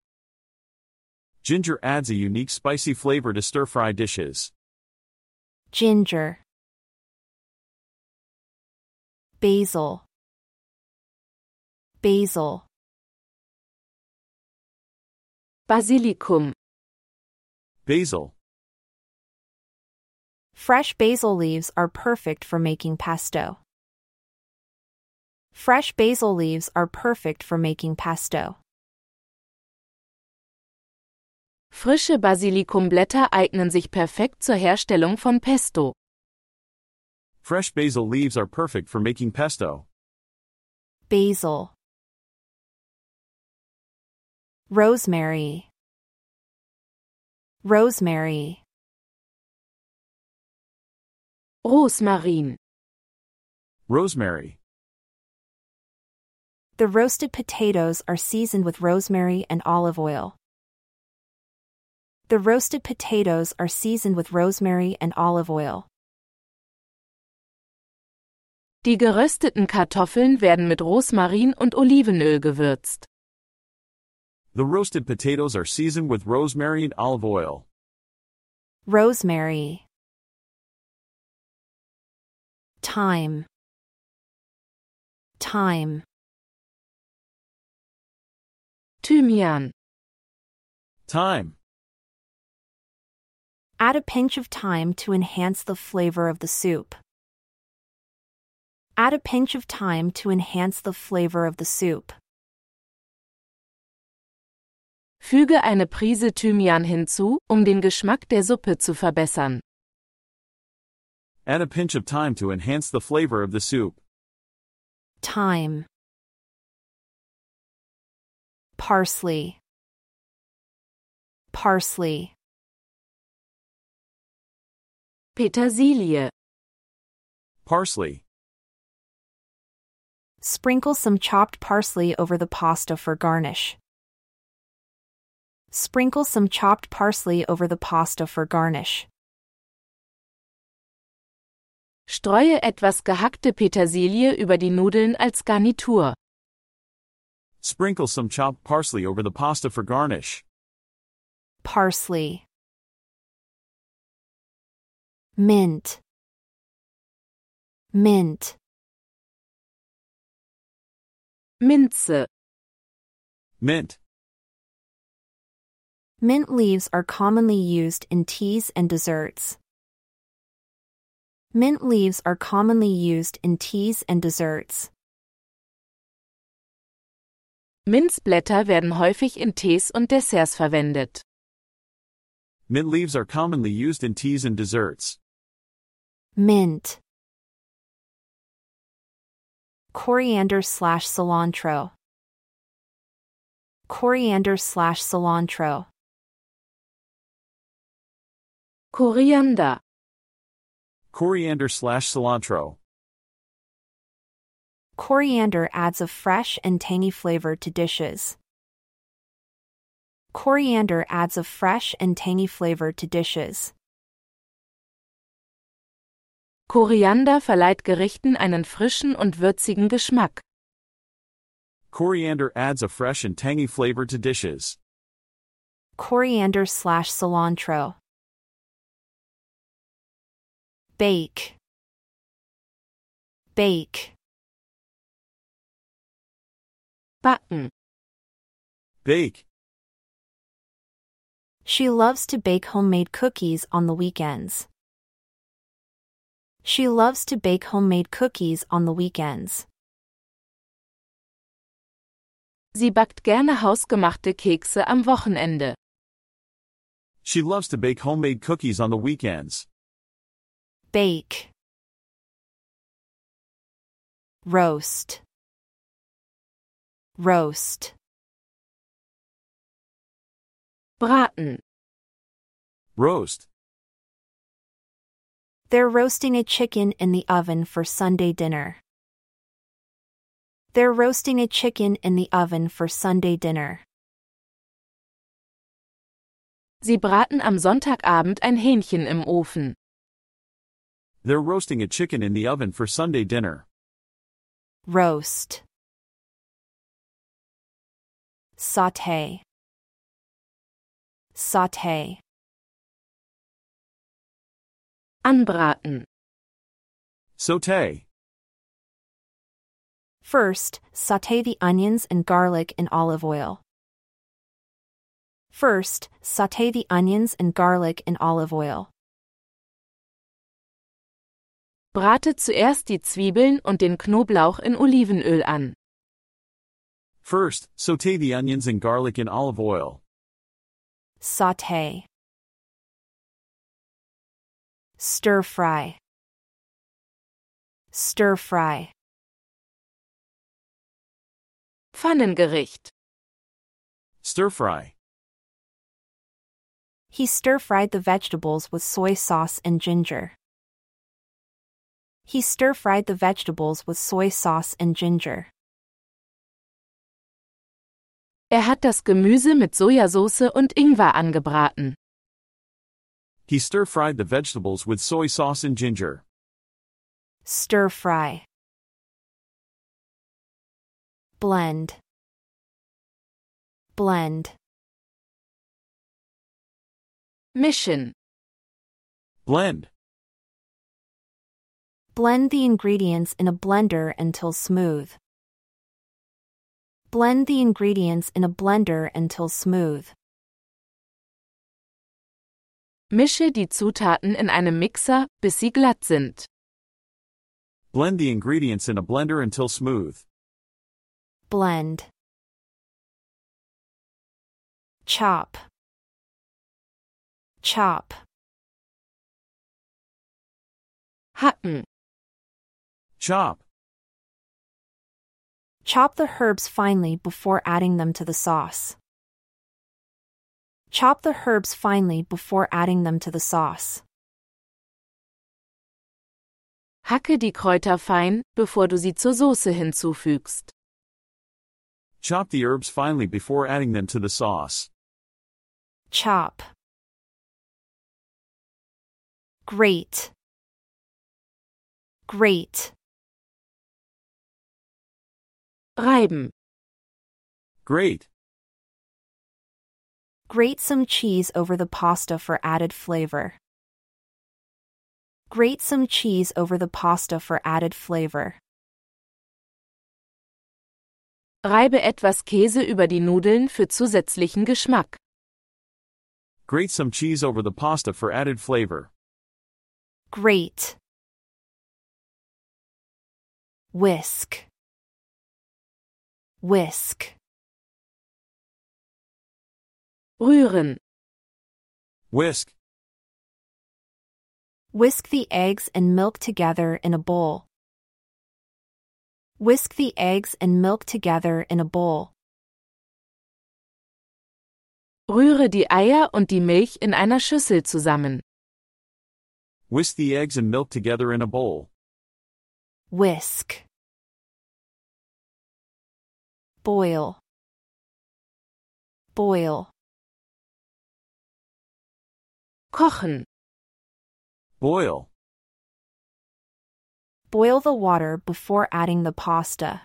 S3: Ginger adds a unique spicy flavor to stir fry dishes.
S1: Ginger. Basil. Basil.
S2: Basilikum.
S3: Basil.
S1: Fresh basil leaves are perfect for making pesto. Fresh basil leaves are perfect for making pesto.
S2: Frische Basilikumblätter eignen sich perfekt zur Herstellung von Pesto.
S3: Fresh basil leaves are perfect for making pesto.
S1: basil, rosemary, rosemary,
S2: Rosmarin.
S3: Rosemary.
S1: The roasted potatoes are seasoned with rosemary and olive oil. The roasted potatoes are seasoned with rosemary and olive oil.
S2: Die gerösteten Kartoffeln werden mit Rosmarin und Olivenöl gewürzt.
S3: The roasted potatoes are seasoned with rosemary and olive oil.
S1: Rosemary. Thyme. Thyme.
S2: Thymian.
S3: Thyme.
S1: Add a pinch of thyme to enhance the flavor of the soup. Add a pinch of thyme to enhance the flavor of the soup.
S2: Füge eine Prise Thymian hinzu, um den Geschmack der Suppe zu verbessern.
S3: Add a pinch of thyme to enhance the flavor of the soup.
S1: Thyme. Parsley. Parsley.
S2: Petersilie.
S3: Parsley.
S1: Sprinkle some chopped parsley over the pasta for garnish. Sprinkle some chopped parsley over the pasta for garnish.
S2: Streue etwas gehackte Petersilie über die Nudeln als Garnitur.
S3: Sprinkle some chopped parsley over the pasta for garnish.
S1: Parsley. Mint. Mint.
S2: Minze.
S3: Mint.
S1: Mint leaves are commonly used in teas and desserts. Mint leaves are commonly used in teas and desserts.
S2: Minzblätter werden häufig in Tees und Desserts verwendet.
S3: Mint leaves are commonly used in teas and desserts.
S1: Mint. Coriander slash cilantro. Coriander slash cilantro.
S2: Koriander.
S3: Coriander slash cilantro.
S1: Coriander adds a fresh and tangy flavor to dishes. Coriander adds a fresh and tangy flavor to dishes.
S2: Koriander verleiht Gerichten einen frischen und würzigen Geschmack.
S3: Coriander adds a fresh and tangy flavor to dishes.
S1: Coriander slash cilantro. Bake. Bake.
S2: Backen.
S3: Bake.
S1: She loves to bake homemade cookies on the weekends. She loves to bake homemade cookies on the weekends.
S2: Sie backt gerne hausgemachte Kekse am Wochenende.
S3: She loves to bake homemade cookies on the weekends.
S1: Bake. Roast. Roast.
S2: Braten.
S3: Roast.
S1: They're roasting a chicken in the oven for Sunday dinner. They're roasting a chicken in the oven for Sunday dinner.
S2: Sie braten am Sonntagabend ein Hähnchen im Ofen.
S3: They're roasting a chicken in the oven for Sunday dinner.
S1: Roast. Saute. Saute.
S2: Anbraten.
S3: Saute.
S1: First, saute the onions and garlic in olive oil. First, saute the onions and garlic in olive oil.
S2: Brate zuerst die Zwiebeln und den Knoblauch in Olivenöl an.
S3: First, saute the onions and garlic in olive oil.
S1: saute. Stir fry. Stir fry.
S2: Pfannengericht.
S3: Stir fry.
S1: He stir fried the vegetables with soy sauce and ginger. He stir fried the vegetables with soy sauce and ginger.
S2: Er hat das Gemüse mit Sojasauce und Ingwer angebraten.
S3: He stir fried the vegetables with soy sauce and ginger.
S1: Stir fry. Blend. Blend.
S2: Mischen.
S3: Blend.
S1: Blend the ingredients in a blender until smooth. Blend the ingredients in a blender until smooth.
S2: Mische die Zutaten in einem Mixer, bis sie glatt sind.
S3: Blend the ingredients in a blender until smooth.
S1: Blend. Chop. Chop.
S2: Hacken.
S3: Chop.
S1: Chop the herbs finely before adding them to the sauce. Chop the herbs finely before adding them to the sauce.
S2: Hacke die Kräuter fein, bevor du sie zur Soße hinzufügst.
S3: Chop the herbs finely before adding them to the sauce.
S1: Chop. Grate. Grate.
S2: Reiben.
S3: Grate.
S1: Grate some cheese over the pasta for added flavor. Grate some cheese over the pasta for added flavor.
S2: Reibe etwas Käse über die Nudeln für zusätzlichen Geschmack.
S3: Grate some cheese over the pasta for added flavor.
S1: Grate. Whisk. Whisk.
S2: Rühren.
S3: Whisk.
S1: Whisk the eggs and milk together in a bowl. Whisk the eggs and milk together in a bowl.
S2: Rühre die Eier und die Milch in einer Schüssel zusammen.
S3: Whisk the eggs and milk together in a bowl.
S1: Whisk. Boil. Boil.
S2: Kochen.
S3: Boil.
S1: Boil the water before adding the pasta.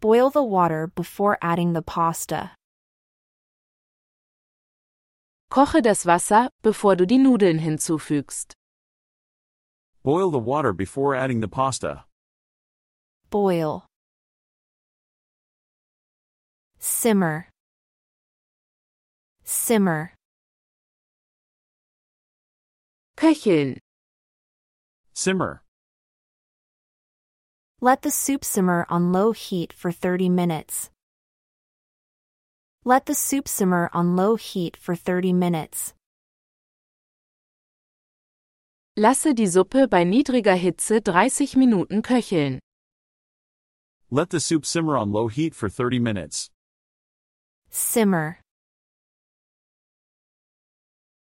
S1: Boil the water before adding the pasta.
S2: Koche das Wasser, bevor du die Nudeln hinzufügst.
S3: Boil the water before adding the pasta.
S1: Boil. Simmer. Simmer.
S2: Köcheln.
S3: Simmer.
S1: Let the soup simmer on low heat for 30 minutes. Let the soup simmer on low heat for 30 minutes.
S2: Lasse die Suppe bei niedriger Hitze 30 Minuten köcheln.
S3: Let the soup simmer on low heat for 30 minutes.
S1: Simmer.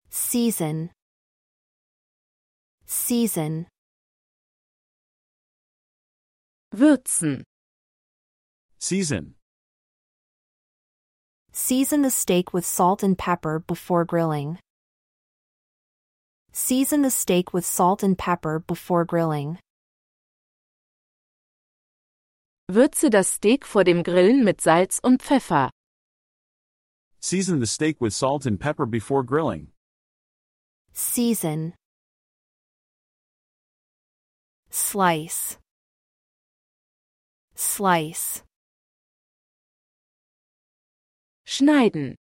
S1: Season. Season.
S2: Würzen.
S3: Season.
S1: Season the steak with salt and pepper before grilling. Season the steak with salt and pepper before grilling.
S2: Würze das Steak vor dem Grillen mit Salz und Pfeffer.
S3: Season the steak with salt and pepper before grilling.
S1: Season. Slice. Slice.
S2: Schneiden.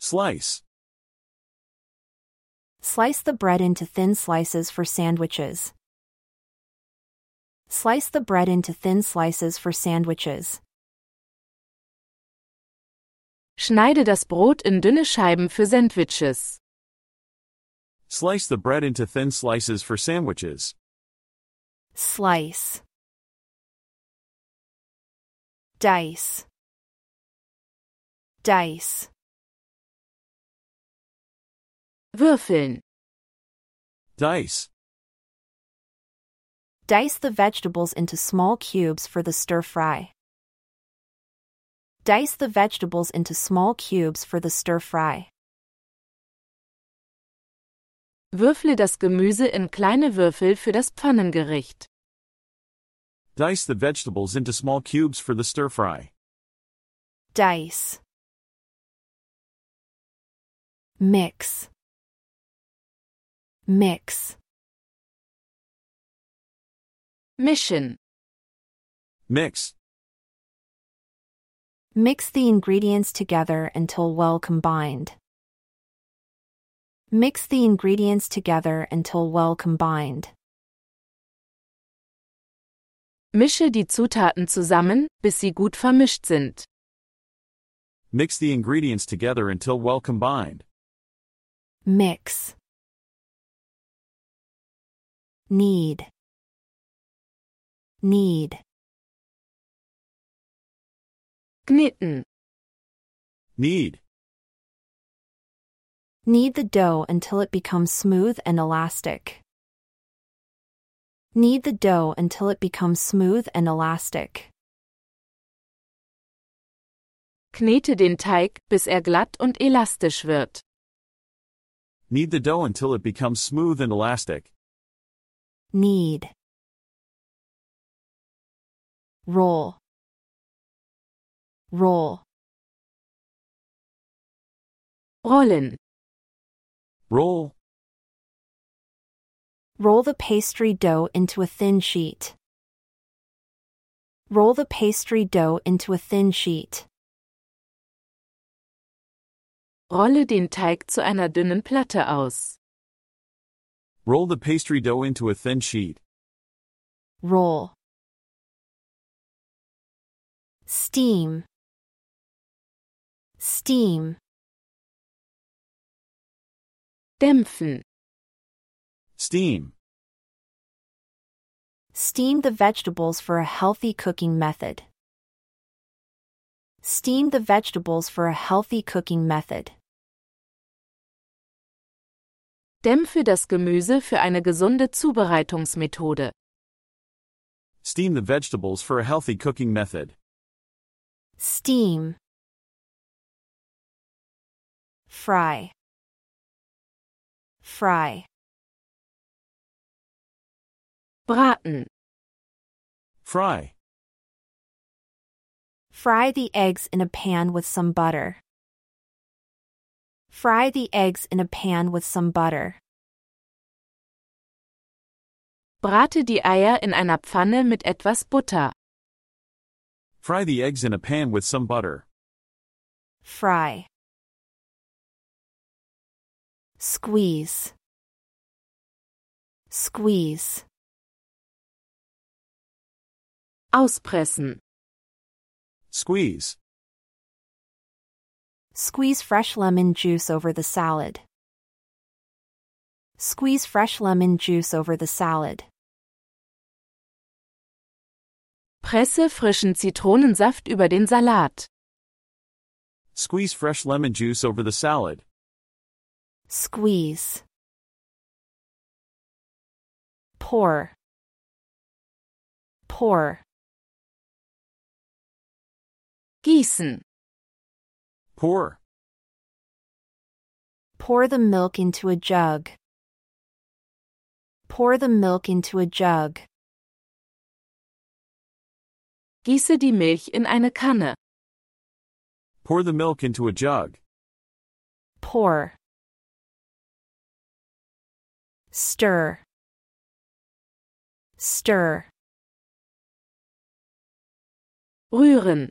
S3: Slice.
S1: Slice the bread into thin slices for sandwiches. Slice the bread into thin slices for sandwiches.
S2: Schneide das Brot in dünne Scheiben für Sandwiches.
S3: Slice the bread into thin slices for sandwiches.
S1: Slice. Dice. Dice.
S2: Würfeln.
S3: Dice.
S1: Dice the vegetables into small cubes for the stir fry. Dice the vegetables into small cubes for the stir fry.
S2: Würfle das Gemüse in kleine Würfel für das Pfannengericht.
S3: Dice the vegetables into small cubes for the stir fry.
S1: Dice. Mix. Mix.
S2: Mischen.
S3: Mix.
S1: Mix the ingredients together until well combined. Mix the ingredients together until well combined.
S2: Mische die Zutaten zusammen, bis sie gut vermischt sind.
S3: Mix the ingredients together until well combined.
S1: Mix. Need. Need.
S2: Kneten.
S3: Knead.
S1: Knead the dough until it becomes smooth and elastic. Knead the dough until it becomes smooth and elastic.
S2: Knete den Teig, bis er glatt und elastisch wird.
S3: Knead the dough until it becomes smooth and elastic.
S1: Knead. Roll. Roll.
S2: Rollen.
S3: Roll.
S1: Roll the pastry dough into a thin sheet. Roll the pastry dough into a thin sheet.
S2: Rolle den Teig zu einer dünnen Platte aus.
S3: Roll the pastry dough into a thin sheet.
S1: Roll. Steam. Steam.
S2: Dämpfen.
S3: Steam.
S1: Steam the vegetables for a healthy cooking method. Steam the vegetables for a healthy cooking method.
S2: Dämpfe das Gemüse für eine gesunde Zubereitungsmethode.
S3: Steam the vegetables for a healthy cooking method.
S1: Steam. Fry. Fry.
S2: Braten.
S3: Fry.
S1: Fry the eggs in a pan with some butter. Fry the eggs in a pan with some butter.
S2: Brate die Eier in einer Pfanne mit etwas Butter.
S3: Fry the eggs in a pan with some butter.
S1: Fry. Squeeze. Squeeze.
S2: Auspressen.
S3: Squeeze.
S1: Squeeze fresh lemon juice over the salad. Squeeze fresh lemon juice over the salad.
S2: Presse frischen Zitronensaft über den Salat.
S3: Squeeze fresh lemon juice over the salad.
S1: Squeeze. Pour. Pour.
S2: Gießen.
S3: Pour.
S1: Pour the milk into a jug. Pour the milk into a jug.
S2: Gieße die Milch in eine Kanne.
S3: Pour the milk into a jug.
S1: Pour. Stir. Stir.
S2: Rühren.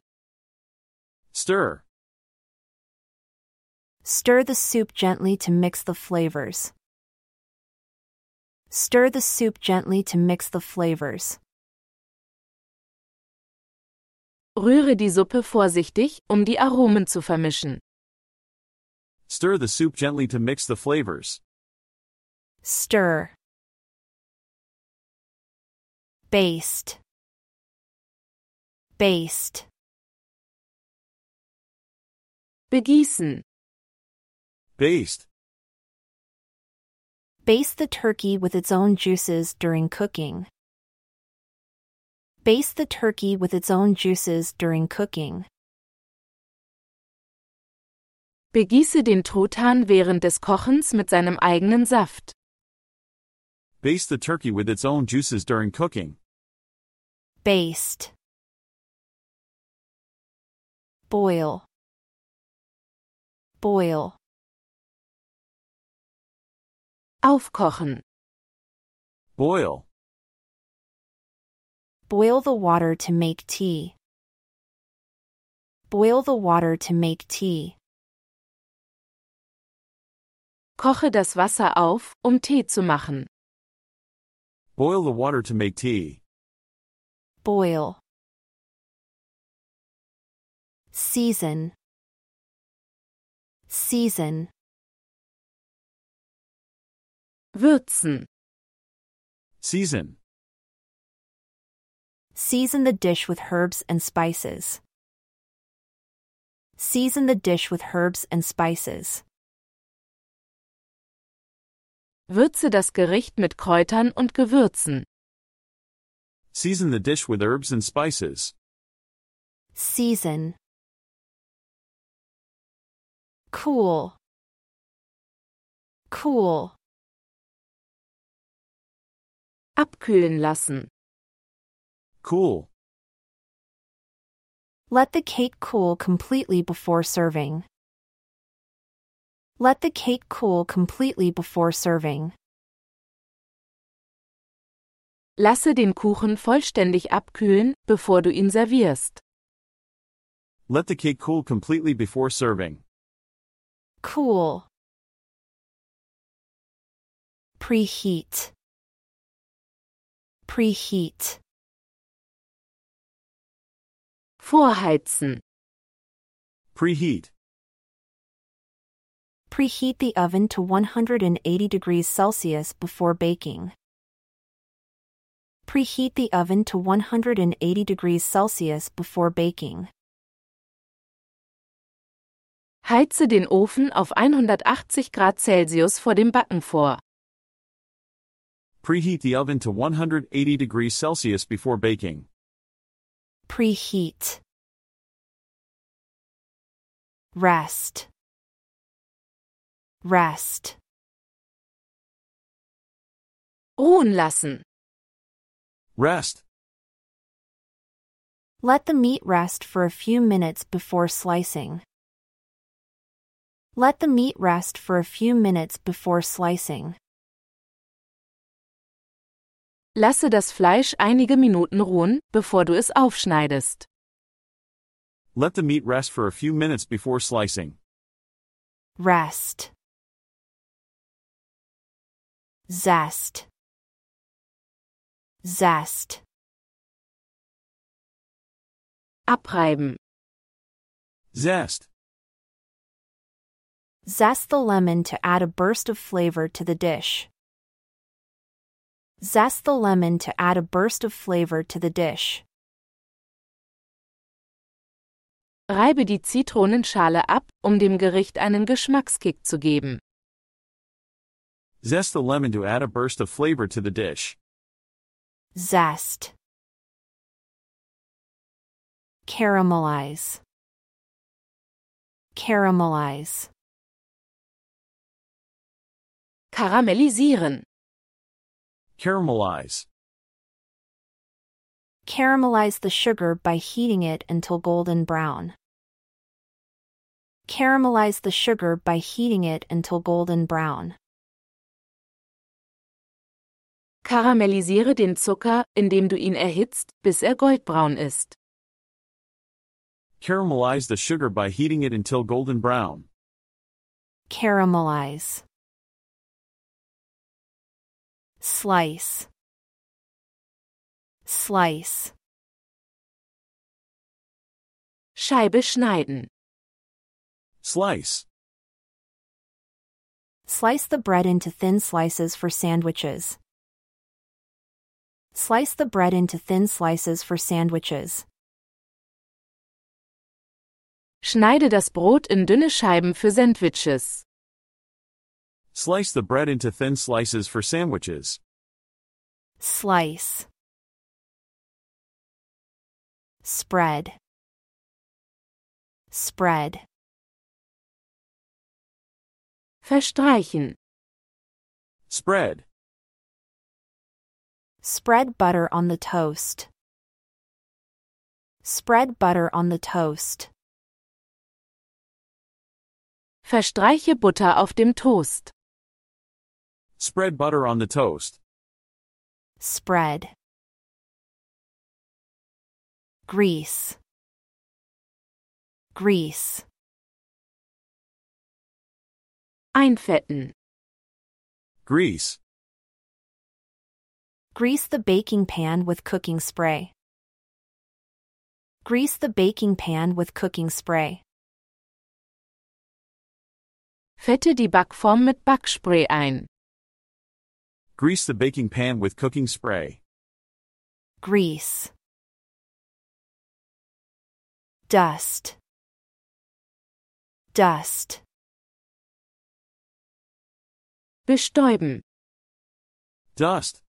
S3: Stir.
S1: Stir the soup gently to mix the flavors. Stir the soup gently to mix the flavors.
S2: Rühre die Suppe vorsichtig, um die Aromen zu vermischen.
S3: Stir the soup gently to mix the flavors.
S1: Stir. Baste. Baste.
S2: Begießen.
S3: Baste.
S1: Baste the turkey with its own juices during cooking. Baste the turkey with its own juices during cooking.
S2: Begieße den Truthahn während des Kochens mit seinem eigenen Saft.
S3: Baste the turkey with its own juices during cooking.
S1: Baste. Boil. Boil.
S2: Aufkochen.
S3: Boil.
S1: Boil the water to make tea. Boil the water to make tea.
S2: Koche das Wasser auf, um Tee zu machen.
S3: Boil the water to make tea.
S1: Boil. Season. Season.
S2: Würzen.
S3: Season.
S1: Season the dish with herbs and spices. Season the dish with herbs and spices.
S2: Würze das Gericht mit Kräutern und Gewürzen.
S3: Season the dish with herbs and spices.
S1: Season. Cool. Cool.
S2: Abkühlen lassen.
S3: Cool.
S1: Let the cake cool completely before serving. Let the cake cool completely before serving.
S2: Lasse den Kuchen vollständig abkühlen, bevor du ihn servierst.
S3: Let the cake cool completely before serving.
S1: Cool. Preheat. Preheat.
S2: Vorheizen.
S3: Preheat.
S1: Preheat the oven to 180 degrees Celsius before baking. Preheat the oven to 180 degrees Celsius before baking.
S2: Heize den Ofen auf 180 Grad Celsius vor dem Backen vor.
S3: Preheat the oven to 180 degrees Celsius before baking.
S1: Preheat. Rest. Rest.
S2: Ruhen lassen.
S3: Rest.
S1: Let the meat rest for a few minutes before slicing. Let the meat rest for a few minutes before slicing.
S2: Lasse das Fleisch einige Minuten ruhen, bevor du es aufschneidest.
S3: Let the meat rest for a few minutes before slicing.
S1: Rest. Zest. Zest.
S2: Abreiben.
S3: Zest.
S1: Zest the lemon to add a burst of flavor to the dish. Zest the lemon to add a burst of flavor to the dish.
S2: Reibe die Zitronenschale ab, um dem Gericht einen Geschmackskick zu geben.
S3: Zest the lemon to add a burst of flavor to the dish.
S1: Zest. Caramelize. Caramelize.
S2: Karamellisieren.
S3: Caramelize.
S1: Caramelize the sugar by heating it until golden brown. Caramelize the sugar by heating it until golden brown.
S2: Karamellisiere den Zucker, indem du ihn erhitzt, bis er goldbraun ist.
S3: Caramelize the sugar by heating it until golden brown.
S1: Caramelize. Slice. Slice.
S2: Scheibe schneiden.
S3: Slice.
S1: Slice the bread into thin slices for sandwiches. Slice the bread into thin slices for sandwiches.
S2: Schneide das Brot in dünne Scheiben für Sandwiches.
S3: Slice the bread into thin slices for sandwiches.
S1: Slice. Spread. Spread.
S2: Verstreichen.
S3: Spread.
S1: Spread butter on the toast. Spread butter on the toast.
S2: Verstreiche Butter auf dem Toast.
S3: Spread butter on the toast.
S1: Spread. Grease. Grease.
S2: Einfetten.
S3: Grease.
S1: Grease the baking pan with cooking spray. Grease the baking pan with cooking spray.
S2: Fette die Backform mit Backspray ein.
S3: Grease the baking pan with cooking spray.
S1: Grease. Dust. Dust.
S2: Bestäuben.
S3: Dust.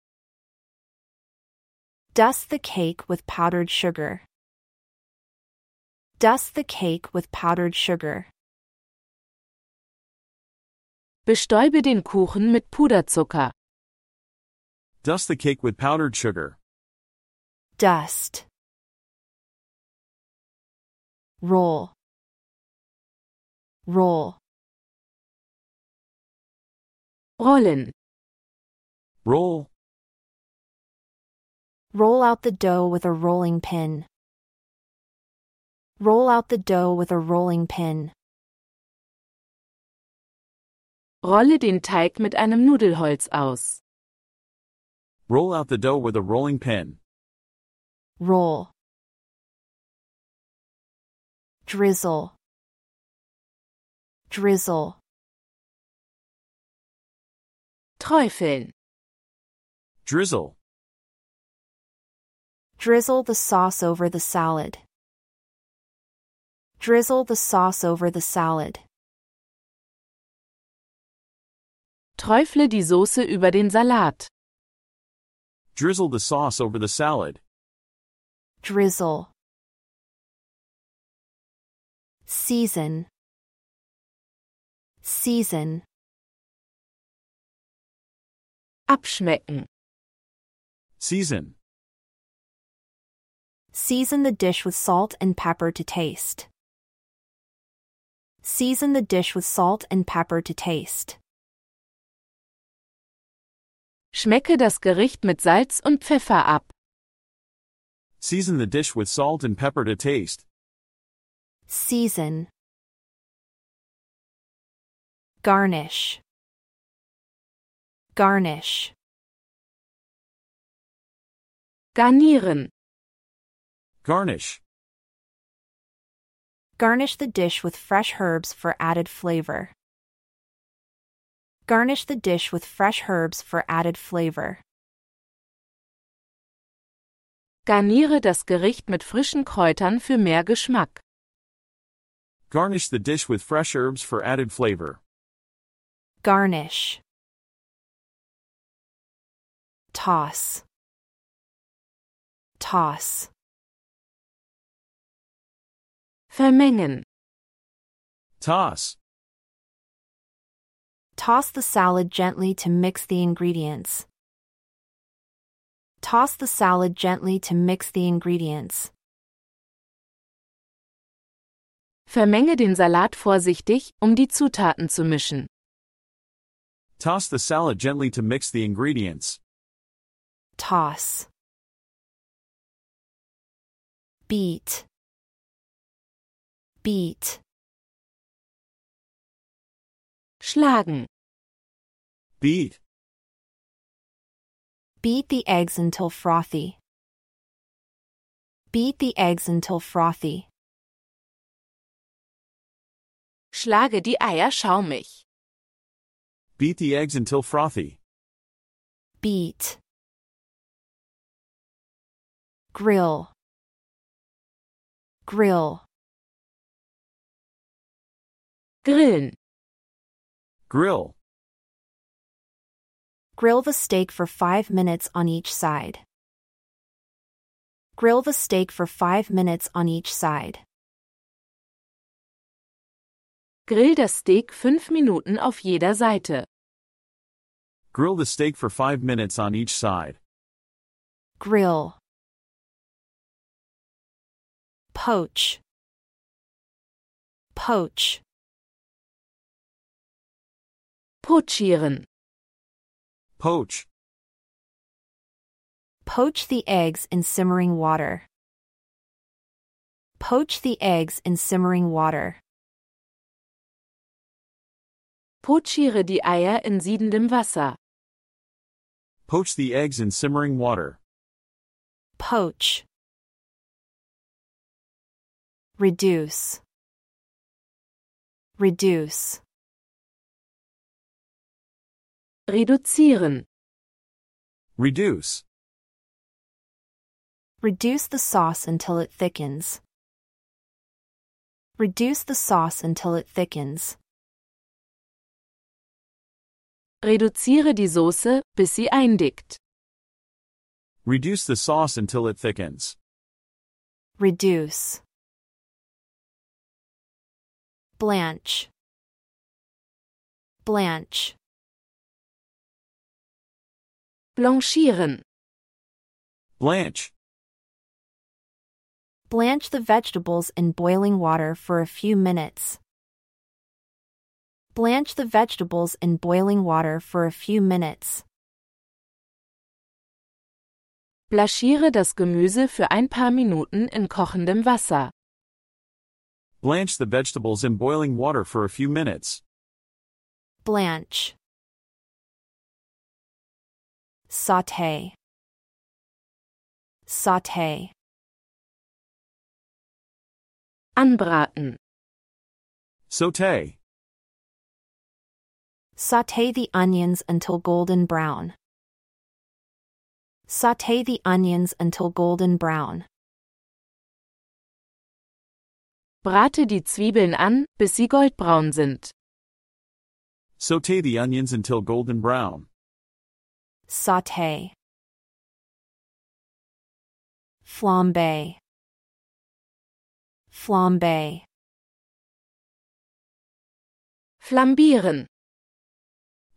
S1: Dust the cake with powdered sugar. Dust the cake with powdered sugar.
S2: Bestäube den Kuchen mit Puderzucker.
S3: Dust the cake with powdered sugar.
S1: Dust. Roll. Roll.
S2: Rollen.
S3: Roll.
S1: Roll out the dough with a rolling pin. Roll out the dough with a rolling pin.
S2: Rolle den Teig mit einem Nudelholz aus.
S3: Roll out the dough with a rolling pin.
S1: Roll. Drizzle. Drizzle.
S2: Träufeln.
S3: Drizzle.
S1: Drizzle the sauce over the salad. Drizzle the sauce over the salad.
S2: Träufle die Soße über den Salat.
S3: Drizzle the sauce over the salad.
S1: Drizzle. Season. Season.
S2: Abschmecken.
S3: Season.
S1: Season the dish with salt and pepper to taste. Season the dish with salt and pepper to taste.
S2: Schmecke das Gericht mit Salz und Pfeffer ab.
S3: Season the dish with salt and pepper to taste.
S1: Season. Garnish. Garnish.
S2: Garnieren.
S3: Garnish.
S1: Garnish the dish with fresh herbs for added flavor. Garnish the dish with fresh herbs for added flavor.
S2: Garniere das Gericht mit frischen Kräutern für mehr Geschmack.
S3: Garnish the dish with fresh herbs for added flavor.
S1: Garnish. Toss. Toss.
S2: Vermengen.
S3: Toss.
S1: Toss the salad gently to mix the ingredients. Toss the salad gently to mix the ingredients.
S2: Vermenge den Salat vorsichtig, um die Zutaten zu mischen.
S3: Toss the salad gently to mix the ingredients.
S1: Toss. Beat. Beat.
S2: Schlagen.
S3: Beat.
S1: Beat the eggs until frothy. Beat the eggs until frothy.
S2: Schlage die Eier schaumig.
S3: Beat the eggs until frothy.
S1: Beat. Grill. Grill.
S2: Grillen.
S3: Grill.
S1: Grill the steak for 5 minutes on each side. Grill the steak for 5 minutes on each side.
S2: Grill das Steak 5 Minuten auf jeder Seite.
S3: Grill the steak for 5 minutes on each side.
S1: Grill. Poach. Poach.
S2: Pochieren.
S3: Poach.
S1: Poach the eggs in simmering water. Poach the eggs in simmering water.
S2: Pochiere die Eier in siedendem Wasser.
S3: Poach the eggs in simmering water.
S1: Poach. Reduce. Reduce.
S2: Reduzieren.
S3: Reduce.
S1: Reduce the sauce until it thickens. Reduce the sauce until it thickens.
S2: Reduziere die Soße, bis sie eindickt.
S3: Reduce the sauce until it thickens.
S1: Reduce. Blanch. Blanch.
S2: Blanchieren.
S3: Blanch.
S1: Blanch the vegetables in boiling water for a few minutes. Blanch the vegetables in boiling water for a few minutes.
S2: Blanchiere das Gemüse für ein paar Minuten in kochendem Wasser.
S3: Blanch the vegetables in boiling water for a few minutes.
S1: Blanch. Saute. Saute.
S2: Anbraten.
S3: Saute.
S1: Saute the onions until golden brown. Saute the onions until golden brown.
S2: Brate die Zwiebeln an, bis sie goldbraun sind.
S3: Saute the onions until golden brown.
S1: Saute. Flambe. Flambe.
S2: Flambieren.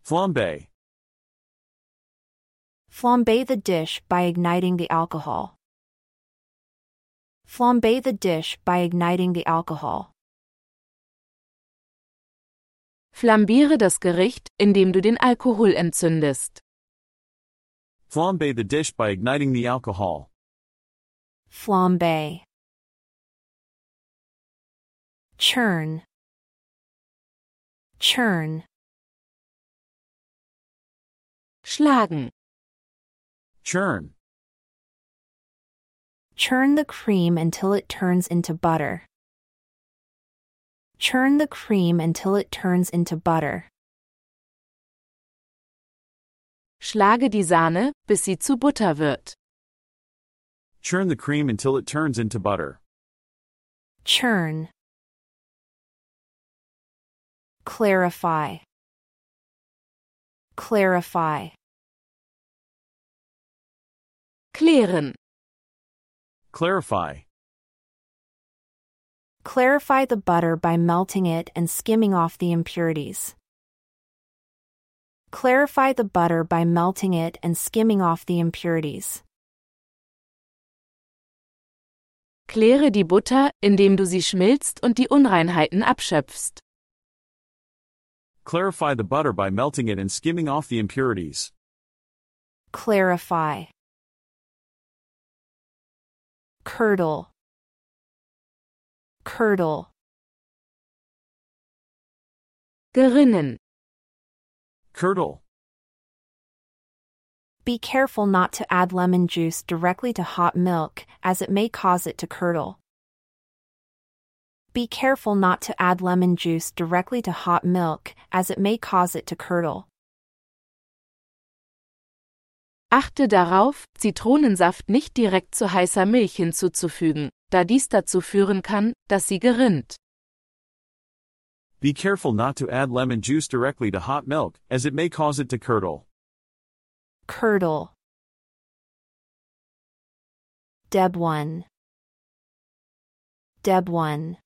S3: Flambe.
S1: Flambe the dish by igniting the alcohol. Flambe the dish by igniting the alcohol.
S2: Flambiere das Gericht, indem du den Alkohol entzündest.
S3: Flambe the dish by igniting the alcohol.
S1: Flambe. Churn. Churn.
S2: Schlagen.
S3: Churn.
S1: Churn the cream until it turns into butter. Churn the cream until it turns into butter.
S2: Schlage die Sahne, bis sie zu Butter wird.
S3: Churn the cream until it turns into butter.
S1: Churn. Clarify. Clarify.
S2: Klären.
S3: Clarify.
S1: Clarify the butter by melting it and skimming off the impurities. Clarify the butter by melting it and skimming off the impurities.
S2: Kläre die Butter, indem du sie schmilzt und die Unreinheiten abschöpfst.
S3: Clarify the butter by melting it and skimming off the impurities.
S1: Clarify. Curdle. Curdle.
S2: Gerinnen.
S3: Curdle.
S1: Be careful not to add lemon juice directly to hot milk, as it may cause it to curdle. Be careful not to add lemon juice directly to hot milk, as it may cause it to curdle.
S2: Achte darauf, Zitronensaft nicht direkt zu heißer Milch hinzuzufügen, da dies dazu führen kann, dass sie gerinnt.
S3: Be careful not to add lemon juice directly to hot milk, as it may cause it to curdle.
S1: Curdle. Deb 1. Deb 1.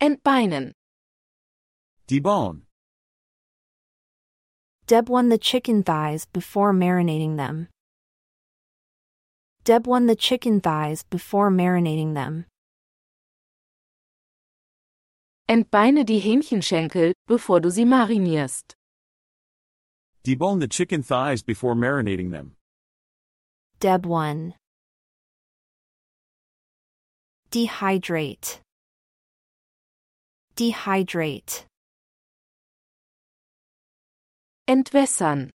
S2: Entbeinen.
S3: Debone.
S1: Deb won the chicken thighs before marinating them. Deb won the chicken thighs before marinating them.
S2: Entbeine die Hähnchenschenkel, bevor du sie marinierst.
S3: Debone the chicken thighs before marinating them.
S1: Deb 1. Dehydrate. Dehydrate.
S2: Entwässern.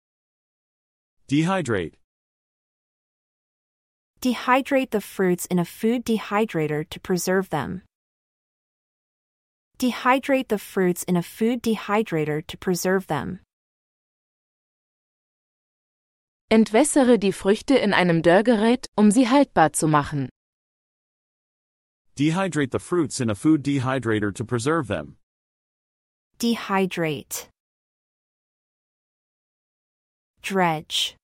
S3: Dehydrate.
S1: Dehydrate the fruits in a food dehydrator to preserve them. Dehydrate the fruits in a food dehydrator to preserve them.
S2: Entwässere die Früchte in einem Dörrgerät, um sie haltbar zu machen.
S3: Dehydrate the fruits in a food dehydrator to preserve them.
S1: Dehydrate. Dredge.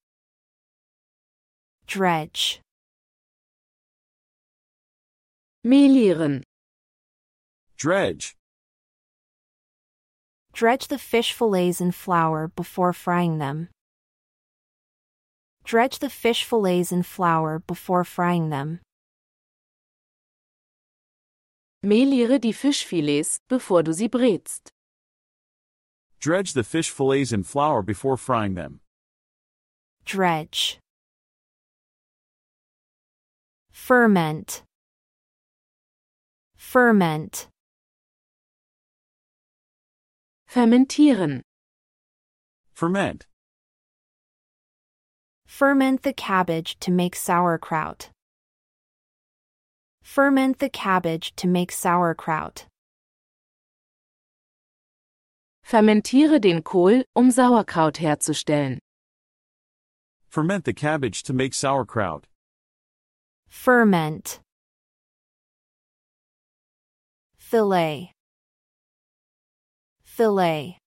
S1: Dredge.
S2: Mehlieren.
S3: Dredge.
S1: Dredge the fish fillets in flour before frying them. Dredge the fish fillets in flour before frying them.
S2: Mehliere die Fischfilets, bevor du sie brätst.
S3: Dredge the fish fillets in flour before frying them.
S1: Dredge. Ferment. Ferment.
S2: Fermentieren.
S3: Ferment.
S1: Ferment the cabbage to make sauerkraut. Ferment the cabbage to make sauerkraut.
S2: Fermentiere den Kohl, um Sauerkraut herzustellen.
S3: Ferment the cabbage to make sauerkraut.
S1: Ferment. Fillet. Fillet.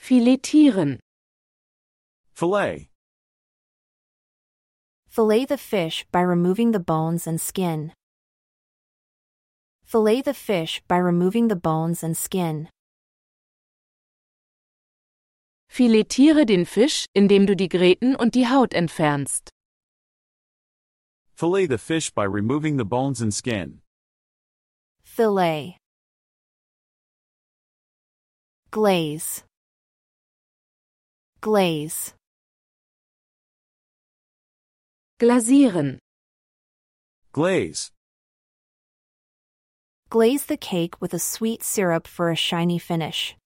S2: Filetieren.
S3: Fillet.
S1: Fillet the fish by removing the bones and skin. Fillet the fish by removing the bones and skin.
S2: Filetiere den Fisch, indem du die Gräten und die Haut entfernst.
S3: Fillet the fish by removing the bones and skin.
S1: Fillet. Glaze. Glaze.
S2: Glasieren.
S3: Glaze.
S1: Glaze the cake with a sweet syrup for a shiny finish.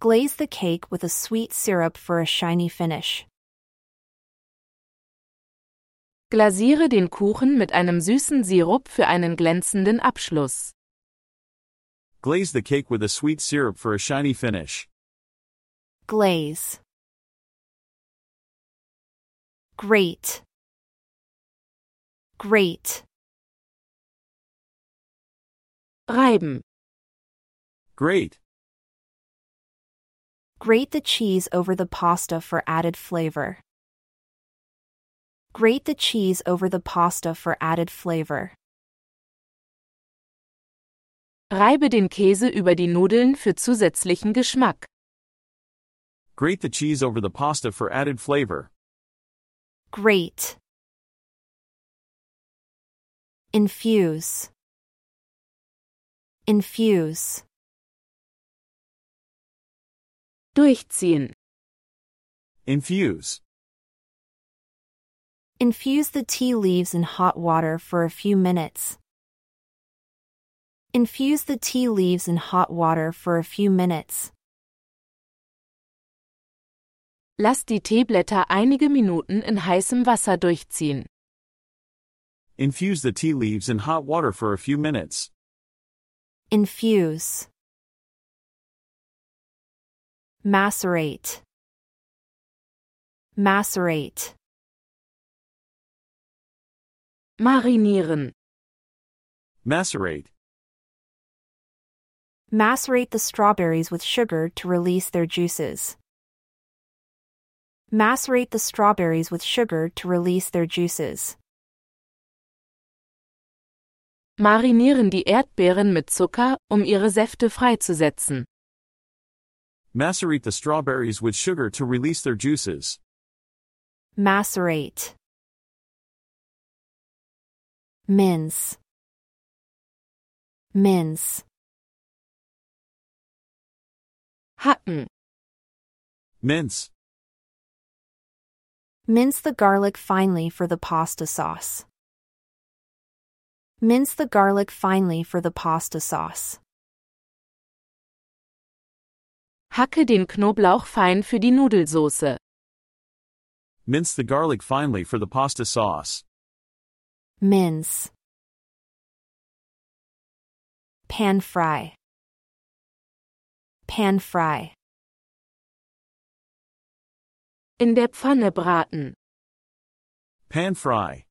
S1: Glaze the cake with a sweet syrup for a shiny finish.
S2: Glasiere den Kuchen mit einem süßen Sirup für einen glänzenden Abschluss.
S3: Glaze the cake with a sweet syrup for a shiny finish.
S1: Glaze. Grate. Grate.
S2: Reiben.
S3: Great.
S1: Grate the cheese over the pasta for added flavor. Grate the cheese over the pasta for added flavor.
S2: Reibe den Käse über die Nudeln für zusätzlichen Geschmack.
S3: Grate the cheese over the pasta for added flavor.
S1: Grate. Infuse. Infuse.
S2: Durchziehen.
S3: Infuse.
S1: Infuse the tea leaves in hot water for a few minutes. Infuse the tea leaves in hot water for a few minutes.
S2: Lass die Teeblätter einige Minuten in heißem Wasser durchziehen.
S3: Infuse the tea leaves in hot water for a few minutes.
S1: Infuse. Macerate. Macerate.
S2: Marinieren.
S3: Macerate.
S1: Macerate the strawberries with sugar to release their juices. Macerate the strawberries with sugar to release their juices.
S2: Marinieren die Erdbeeren mit Zucker, um ihre Säfte freizusetzen.
S3: Macerate the strawberries with sugar to release their juices.
S1: Macerate. Mince. Mince.
S2: Hacken.
S3: Mince.
S1: Mince the garlic finely for the pasta sauce. Mince the garlic finely for the pasta sauce.
S2: Hacke den Knoblauch fein für die Nudelsoße.
S3: Mince the garlic finely for the pasta sauce.
S1: Mince. Pan fry. Pan fry.
S2: In der Pfanne braten.
S3: Pan fry.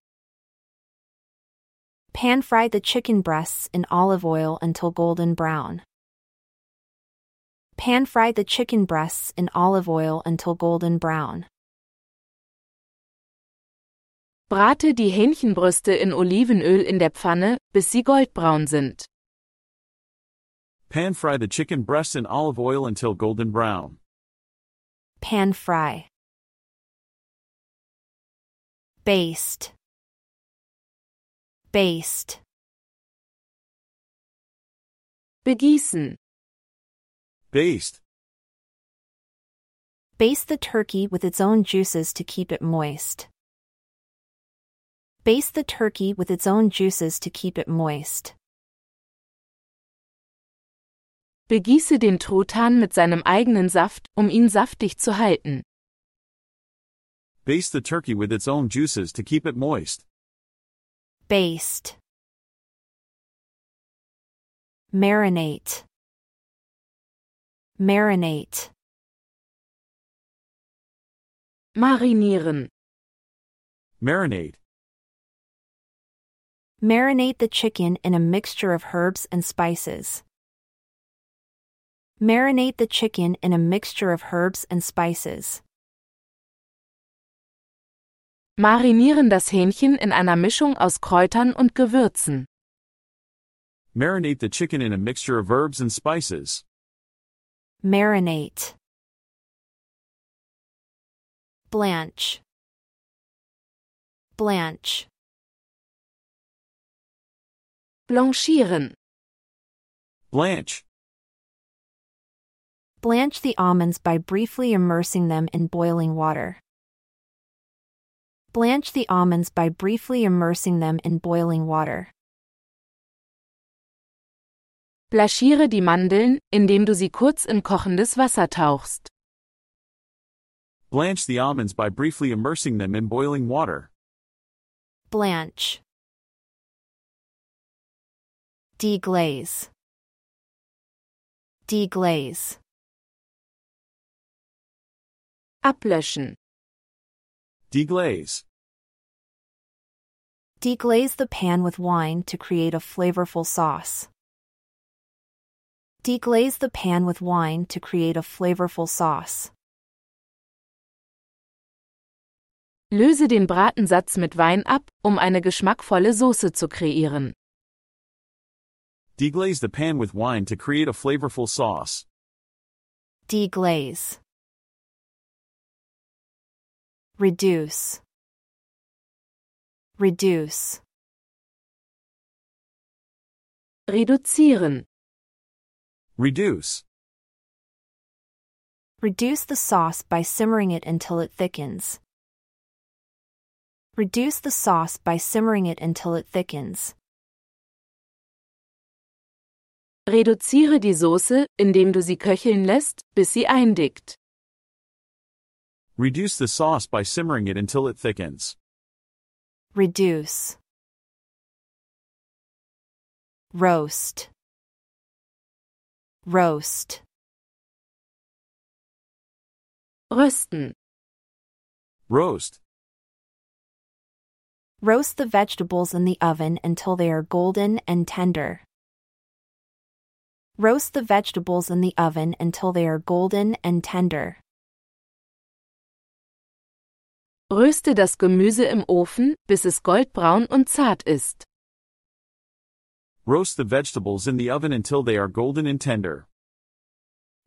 S1: Pan fry the chicken breasts in olive oil until golden brown. Pan fry the chicken breasts in olive oil until golden brown.
S2: Brate die Hähnchenbrüste in Olivenöl in der Pfanne, bis sie goldbraun sind.
S3: Pan fry the chicken breasts in olive oil until golden brown.
S1: Pan fry. Baste. Baste.
S2: Begießen.
S3: Baste.
S1: Baste the turkey with its own juices to keep it moist. Baste the turkey with its own juices to keep it moist.
S2: Begieße den Truthahn mit seinem eigenen Saft, um ihn saftig zu halten.
S3: Baste the turkey with its own juices to keep it moist.
S1: Baste. Marinate. Marinate.
S2: Marinieren.
S3: Marinate.
S1: Marinate the chicken in a mixture of herbs and spices. Marinate the chicken in a mixture of herbs and spices.
S2: Marinieren das Hähnchen in einer Mischung aus Kräutern und Gewürzen.
S3: Marinate the chicken in a mixture of herbs and spices.
S1: Marinate. Blanch. Blanch.
S2: Blanchieren.
S3: Blanch.
S1: Blanch the almonds by briefly immersing them in boiling water. Blanch the almonds by briefly immersing them in boiling water.
S2: Blaschiere die Mandeln, indem du sie kurz in kochendes Wasser tauchst.
S3: Blanch the almonds by briefly immersing them in boiling water.
S1: Blanch. Deglaze. Deglaze.
S2: Ablöschen.
S3: Deglaze.
S1: Deglaze the pan with wine to create a flavorful sauce. Deglaze the pan with wine to create a flavorful sauce.
S2: Löse den Bratensatz mit Wein ab, um eine geschmackvolle Soße zu kreieren.
S3: Deglaze the pan with wine to create a flavorful sauce.
S1: Deglaze. Reduce. Reduce.
S2: Reduzieren.
S3: Reduce.
S1: Reduce the sauce by simmering it until it thickens. Reduce the sauce by simmering it until it thickens.
S2: Reduziere die Soße, indem du sie köcheln lässt, bis sie eindickt.
S3: Reduce the sauce by simmering it until it thickens.
S1: Reduce. Roast. Roast.
S2: Rösten.
S3: Roast.
S1: Roast the vegetables in the oven until they are golden and tender. Roast the vegetables in the oven until they are golden and tender.
S2: Röste das Gemüse im Ofen, bis es goldbraun und zart ist.
S3: Roast the vegetables in the oven until they are golden and tender.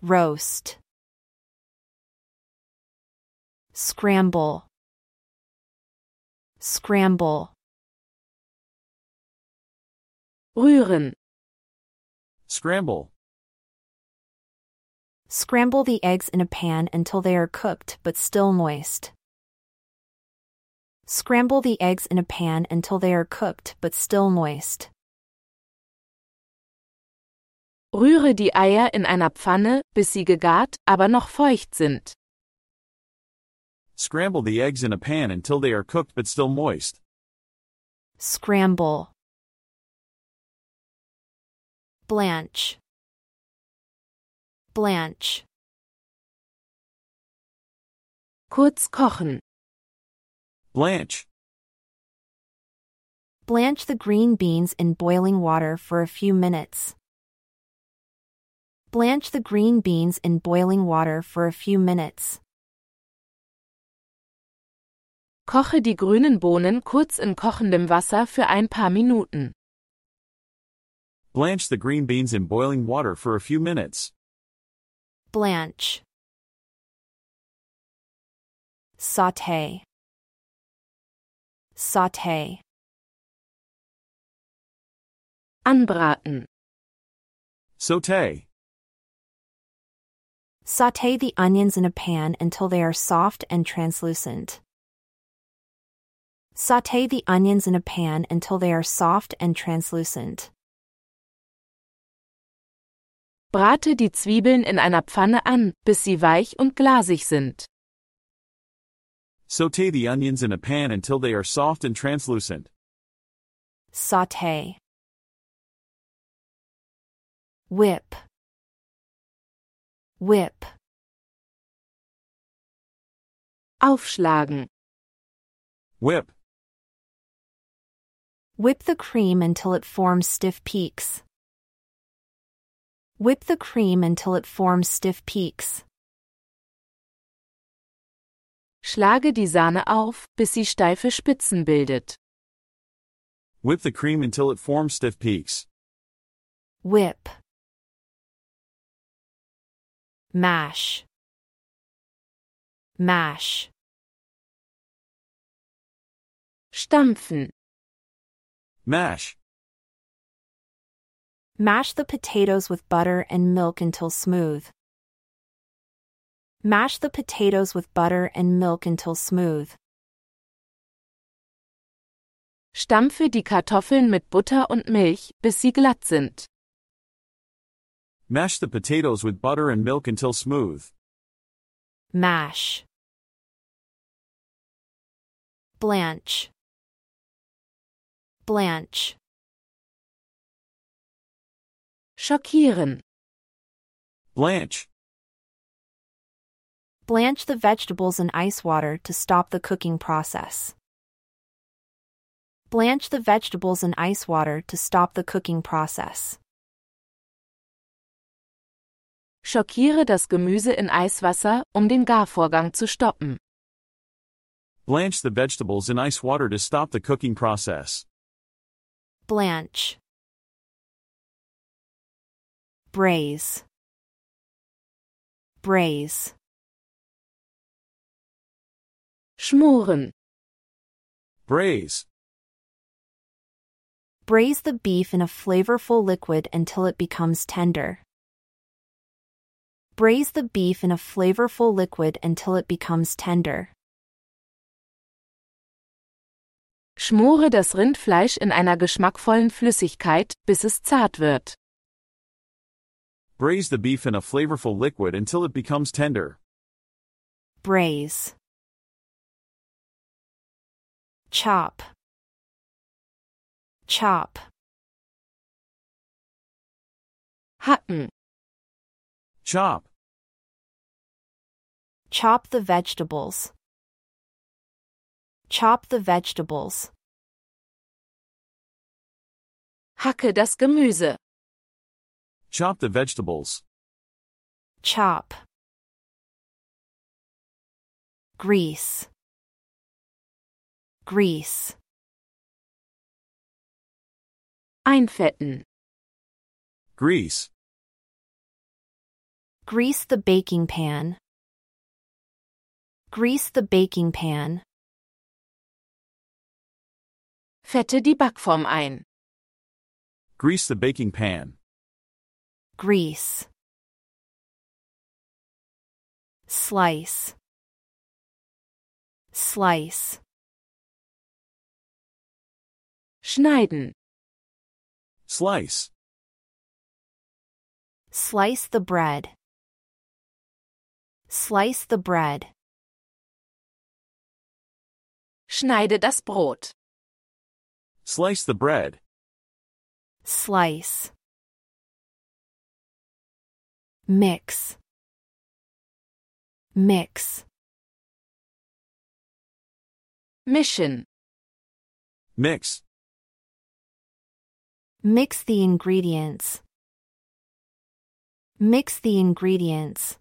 S1: Roast. Scramble. Scramble.
S2: Rühren.
S3: Scramble.
S1: Scramble the eggs in a pan until they are cooked but still moist. Scramble the eggs in a pan until they are cooked but still moist.
S2: Rühre die Eier in einer Pfanne, bis sie gegart, aber noch feucht sind.
S3: Scramble the eggs in a pan until they are cooked but still moist.
S1: Scramble. Blanch. Blanch.
S2: Kurz kochen.
S3: Blanch.
S1: Blanch the green beans in boiling water for a few minutes. Blanch the green beans in boiling water for a few minutes.
S2: Koche die grünen Bohnen kurz in kochendem Wasser für ein paar Minuten.
S3: Blanch the green beans in boiling water for a few minutes.
S1: Blanch. Saute. Saute.
S2: Anbraten.
S3: Saute.
S1: Saute the onions in a pan until they are soft and translucent. Saute the onions in a pan until they are soft and translucent.
S2: Brate die Zwiebeln in einer Pfanne an, bis sie weich und glasig sind.
S3: Saute the onions in a pan until they are soft and translucent.
S1: Saute. Whip. Whip.
S2: Aufschlagen.
S3: Whip.
S1: Whip the cream until it forms stiff peaks. Whip the cream until it forms stiff peaks.
S2: Schlage die Sahne auf, bis sie steife Spitzen bildet.
S3: Whip the cream until it forms stiff peaks.
S1: Whip. Mash. Mash.
S2: Stampfen.
S3: Mash.
S1: Mash the potatoes with butter and milk until smooth. Mash the potatoes with butter and milk until smooth.
S2: Stampfe die Kartoffeln mit Butter und Milch, bis sie glatt sind.
S3: Mash the potatoes with butter and milk until smooth.
S1: Mash. Blanch. Blanch.
S2: Schockieren.
S3: Blanch.
S1: Blanch the vegetables in ice water to stop the cooking process. Blanch the vegetables in ice water to stop the cooking process.
S2: Schockiere das Gemüse in Eiswasser, um den Garvorgang zu stoppen.
S3: Blanch the vegetables in ice water to stop the cooking process.
S1: Blanch. Braise. Braise.
S2: Schmoren.
S3: Braise.
S1: Braise the beef in a flavorful liquid until it becomes tender. Braise the beef in a flavorful liquid until it becomes tender.
S2: Schmore das Rindfleisch in einer geschmackvollen Flüssigkeit, bis es zart wird.
S3: Braise the beef in a flavorful liquid until it becomes tender.
S1: Braise. Chop. Chop.
S2: Hacken.
S3: Chop.
S1: Chop the vegetables. Chop the vegetables.
S2: Hacke das Gemüse.
S3: Chop the vegetables.
S1: Chop. Grease. Grease.
S2: Einfetten.
S3: Grease.
S1: Grease the baking pan. Grease the baking pan.
S2: Fette die Backform ein.
S3: Grease the baking pan.
S1: Grease. Slice. Slice.
S2: Schneiden.
S3: Slice.
S1: Slice the bread. Slice the bread.
S2: Schneide das Brot.
S3: Slice the bread.
S1: Slice. Mix. Mix.
S2: Mischen.
S3: Mix.
S1: Mix the ingredients. Mix the ingredients.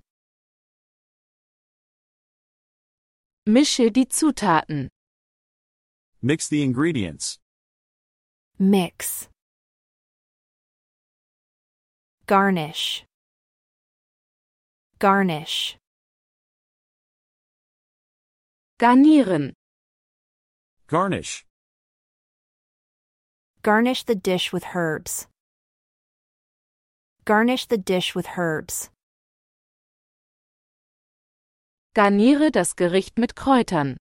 S2: Mische die Zutaten.
S3: Mix the ingredients.
S1: Mix. Garnish. Garnish.
S2: Garnieren.
S3: Garnish.
S1: Garnish the dish with herbs. Garnish the dish with herbs.
S2: Garniere das Gericht mit Kräutern.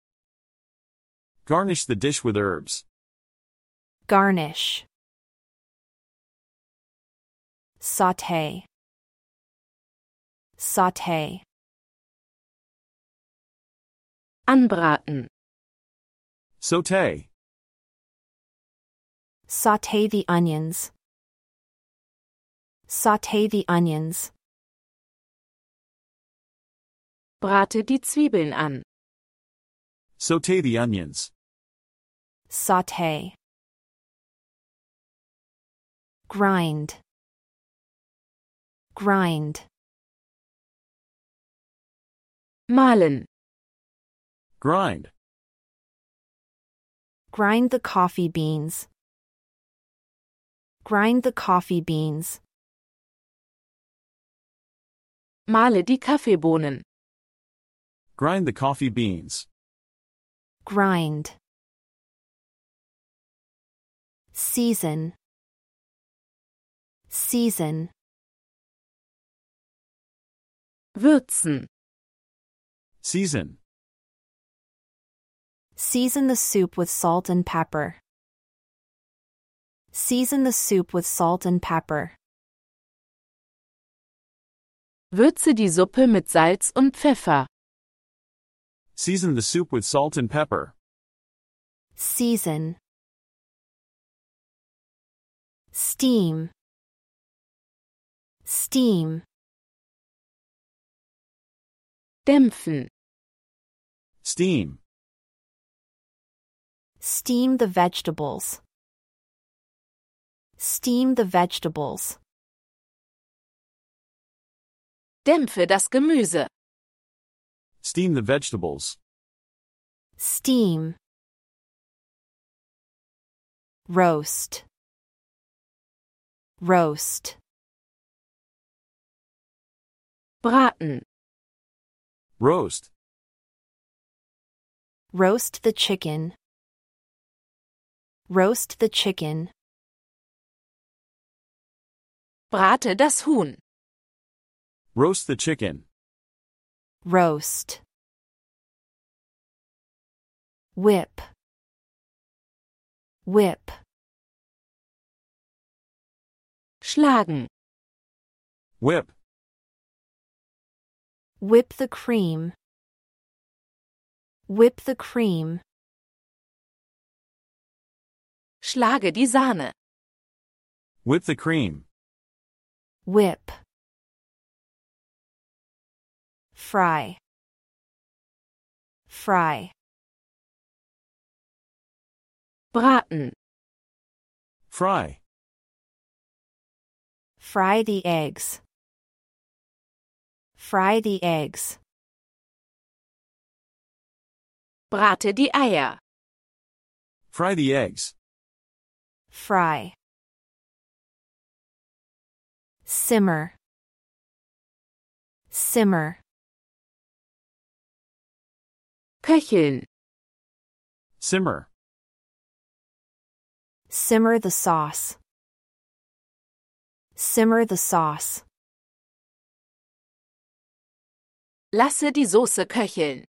S3: Garnish the dish with herbs.
S1: Garnish. Saute. Saute.
S2: Anbraten.
S3: Saute.
S1: Saute the onions. Saute the onions.
S2: Brate die Zwiebeln an.
S3: Saute the onions.
S1: Saute. Grind. Grind.
S2: Mahlen.
S3: Grind.
S1: Grind the coffee beans. Grind the coffee beans.
S2: Mahle die Kaffeebohnen.
S3: Grind the coffee beans.
S1: Grind. Season. Season.
S2: Würzen.
S3: Season.
S1: Season the soup with salt and pepper. Season the soup with salt and pepper.
S2: Würze die Suppe mit Salz und Pfeffer.
S3: Season the soup with salt and pepper.
S1: Season. Steam. Steam.
S2: Dämpfen.
S3: Steam.
S1: Steam the vegetables. Steam the vegetables.
S2: Dämpfe das Gemüse.
S3: Steam the vegetables.
S1: Steam. Roast. Roast.
S2: Braten.
S3: Roast.
S1: Roast the chicken. Roast the chicken.
S2: Brate das Huhn.
S3: Roast the chicken.
S1: Roast. Whip. Whip.
S2: Schlagen.
S3: Whip.
S1: Whip the cream. Whip the cream.
S2: Schlage die Sahne.
S3: Whip the cream.
S1: Whip. Fry. Fry.
S2: Braten.
S3: Fry.
S1: Fry the eggs. Fry the eggs.
S2: Brate die Eier.
S3: Fry the eggs.
S1: Fry. Simmer. Simmer.
S2: Köcheln.
S3: Simmer.
S1: Simmer the sauce. Simmer the sauce.
S2: Lasse die Soße köcheln.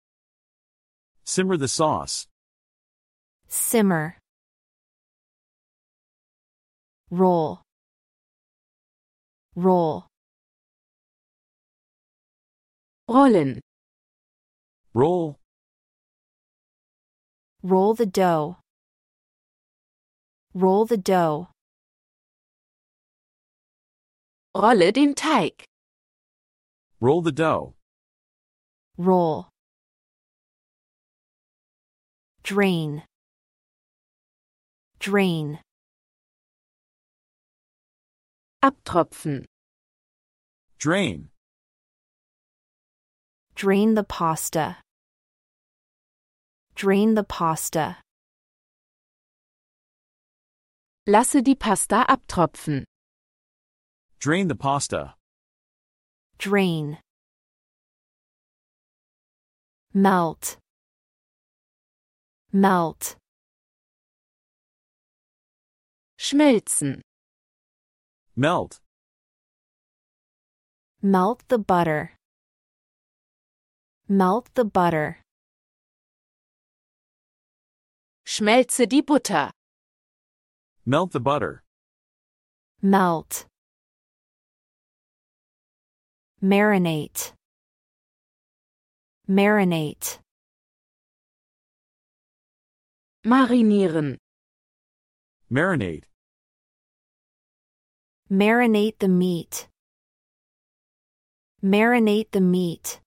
S3: Simmer the sauce.
S1: Simmer. Roll. Roll.
S2: Rollen.
S3: Roll.
S1: Roll the dough. Roll the dough.
S2: Rolle den Teig.
S3: Roll the dough.
S1: Roll. Drain. Drain.
S2: Abtropfen.
S3: Drain.
S1: Drain the pasta. Drain the pasta.
S2: Lasse die Pasta abtropfen.
S3: Drain the pasta.
S1: Drain. Melt. Melt.
S2: Schmelzen.
S3: Melt.
S1: Melt the butter. Melt the butter.
S2: Schmelze die Butter.
S3: Melt the butter.
S1: Melt. Marinate. Marinate.
S2: Marinieren.
S3: Marinate.
S1: Marinate the meat. Marinate the meat.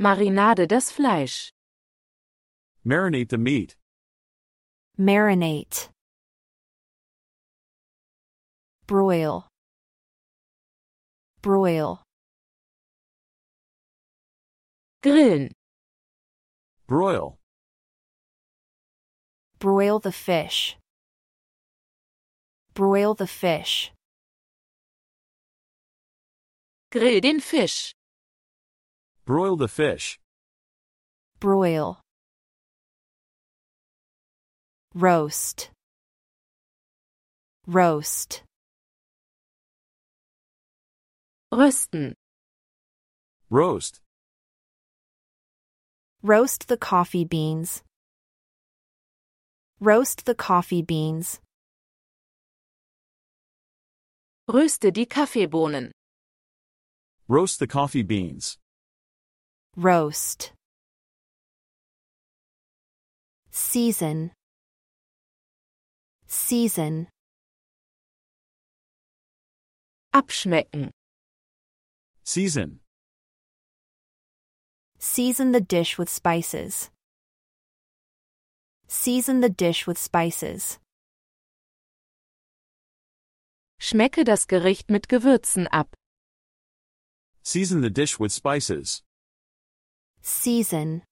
S2: Marinade das Fleisch.
S3: Marinate the meat.
S1: Marinate. Broil. Broil.
S2: Grillen.
S3: Broil.
S1: Broil the fish. Broil the fish.
S2: Grill den Fisch.
S3: Broil the fish.
S1: Broil. Roast. Roast.
S2: Rösten.
S3: Roast.
S1: Roast the coffee beans. Roast the coffee beans.
S2: Röste die Kaffeebohnen.
S3: Roast the coffee beans.
S1: Roast. Season. Season.
S2: Abschmecken.
S3: Season.
S1: Season the dish with spices. Season the dish with spices.
S2: Schmecke das Gericht mit Gewürzen ab.
S3: Season the dish with spices.
S1: Season.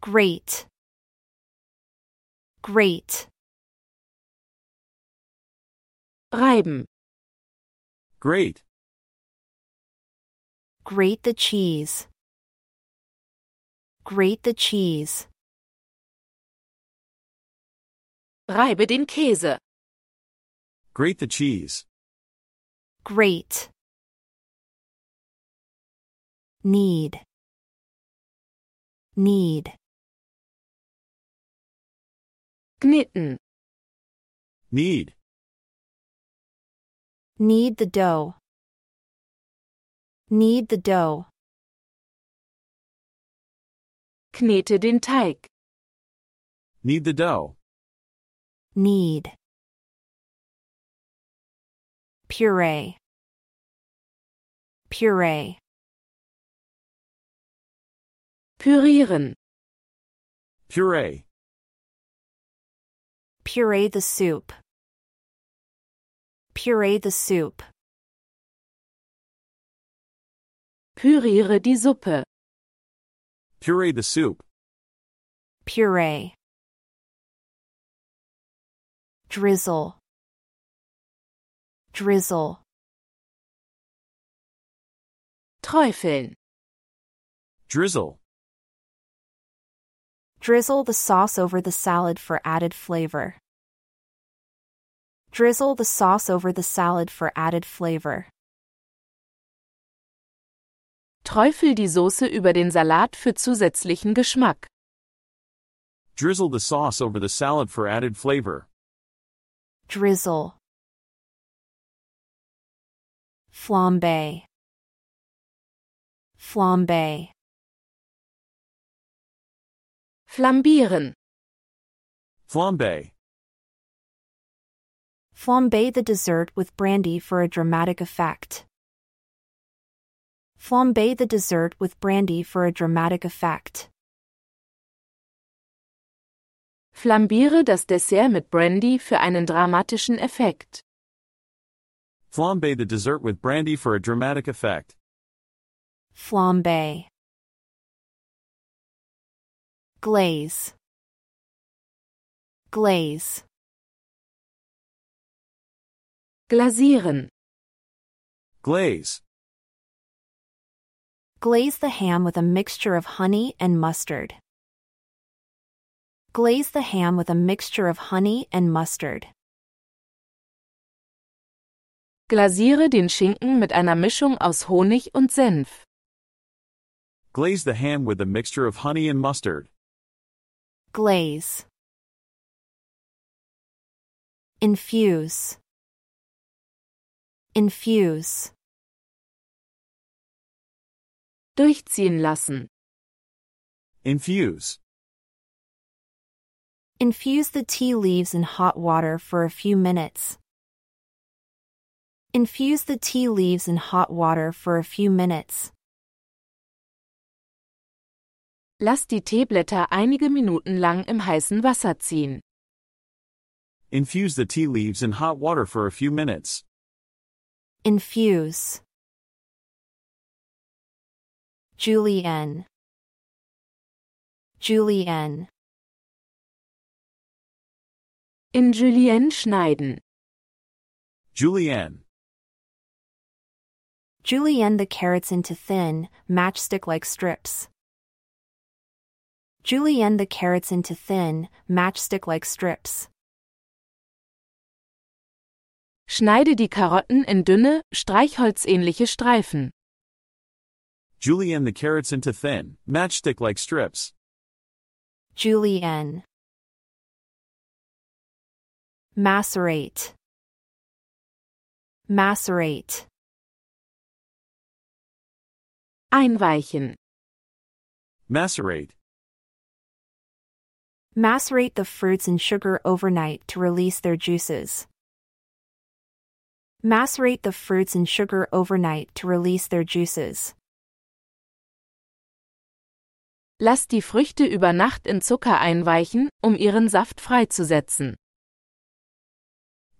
S1: Grate. Grate.
S2: Reiben.
S3: Grate.
S1: Grate the cheese. Grate the cheese.
S2: Reibe den Käse.
S3: Grate the cheese.
S1: Grate. Need. Need.
S2: Knitten.
S3: Knead.
S1: Knead the dough. Knead the dough.
S2: Knete den Teig.
S3: Knead the dough.
S1: Knead. Puree. Puree.
S2: Pürieren.
S3: Puree.
S1: Puree the soup. Puree the soup.
S2: Püriere die Suppe.
S3: Puree the soup.
S1: Puree. Drizzle. Drizzle.
S2: Träufeln.
S3: Drizzle.
S1: Drizzle the sauce over the salad for added flavor. Drizzle the sauce over the salad for added flavor.
S2: Träufel die Soße über den Salat für zusätzlichen Geschmack.
S3: Drizzle the sauce over the salad for added flavor.
S1: Drizzle. Flambe. Flambe.
S2: Flambieren.
S3: Flambe.
S1: Flambe the dessert with brandy for a dramatic effect. Flambe the dessert with brandy for a dramatic effect.
S2: Flambiere das Dessert mit Brandy für einen dramatischen Effekt.
S3: Flambe the dessert with brandy for a dramatic effect.
S1: Flambe. Glaze. Glaze.
S2: Glasieren.
S3: Glaze.
S1: Glaze the ham with a mixture of honey and mustard. Glaze the ham with a mixture of honey and mustard.
S2: Glasiere den Schinken mit einer Mischung aus Honig und Senf.
S3: Glaze the ham with a mixture of honey and mustard.
S1: Glaze. Infuse. Infuse.
S2: Durchziehen lassen.
S3: Infuse.
S1: Infuse the tea leaves in hot water for a few minutes. Infuse the tea leaves in hot water for a few minutes.
S2: Lass die Teeblätter einige Minuten lang im heißen Wasser ziehen.
S3: Infuse the tea leaves in hot water for a few minutes.
S1: Infuse. Julienne. Julienne.
S2: In Julienne schneiden.
S3: Julienne.
S1: Julienne the carrots into thin, matchstick like strips. Julienne the carrots into thin, matchstick like strips.
S2: Schneide die Karotten in dünne, streichholzähnliche Streifen.
S3: Julienne the carrots into thin, matchstick like strips.
S1: Julienne. Macerate. Macerate.
S2: Einweichen.
S3: Macerate.
S1: Macerate the fruits in sugar overnight to release their juices. Macerate the fruits in sugar overnight to release their juices.
S2: Lass die Früchte über Nacht in Zucker einweichen, um ihren Saft freizusetzen.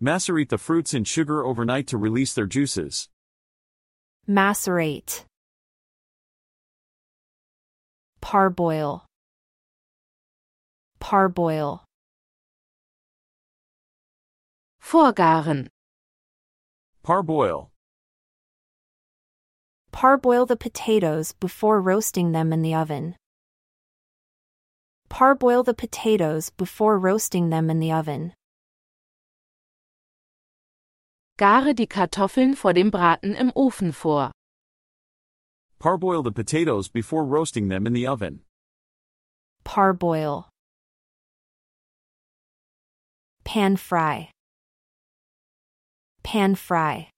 S3: Macerate the fruits in sugar overnight to release their juices.
S1: Macerate. Parboil. Parboil.
S2: Vorgaren.
S3: Parboil.
S1: Parboil the potatoes before roasting them in the oven. Parboil the potatoes before roasting them in the oven.
S2: Gare die Kartoffeln vor dem Braten im Ofen vor.
S3: Parboil the potatoes before roasting them in the oven.
S1: Parboil. Pan fry. Pan fry.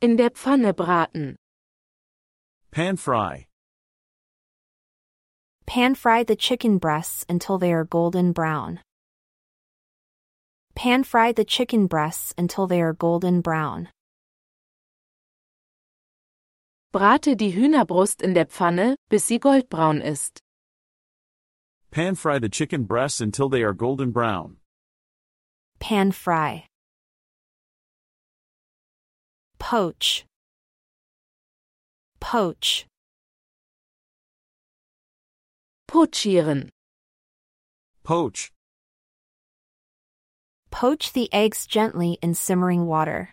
S2: In der Pfanne braten.
S3: Pan fry.
S1: Pan fry the chicken breasts until they are golden brown. Pan fry the chicken breasts until they are golden brown.
S2: Brate die Hühnerbrust in der Pfanne, bis sie goldbraun ist.
S3: Pan fry the chicken breasts until they are golden brown.
S1: Pan fry. Poach. Poach.
S2: Pochieren.
S3: Poach.
S1: Poach the eggs gently in simmering water.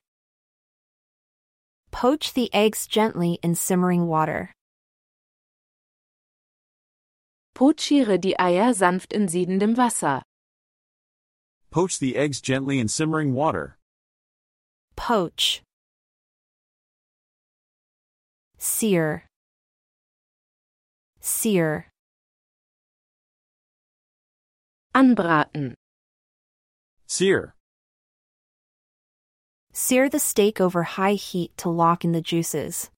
S1: Poach the eggs gently in simmering water.
S2: Pochiere die Eier sanft in siedendem Wasser.
S3: Poach the eggs gently in simmering water.
S1: Poach. Sear. Sear.
S2: Anbraten.
S3: Sear.
S1: Sear the steak over high heat to lock in the juices.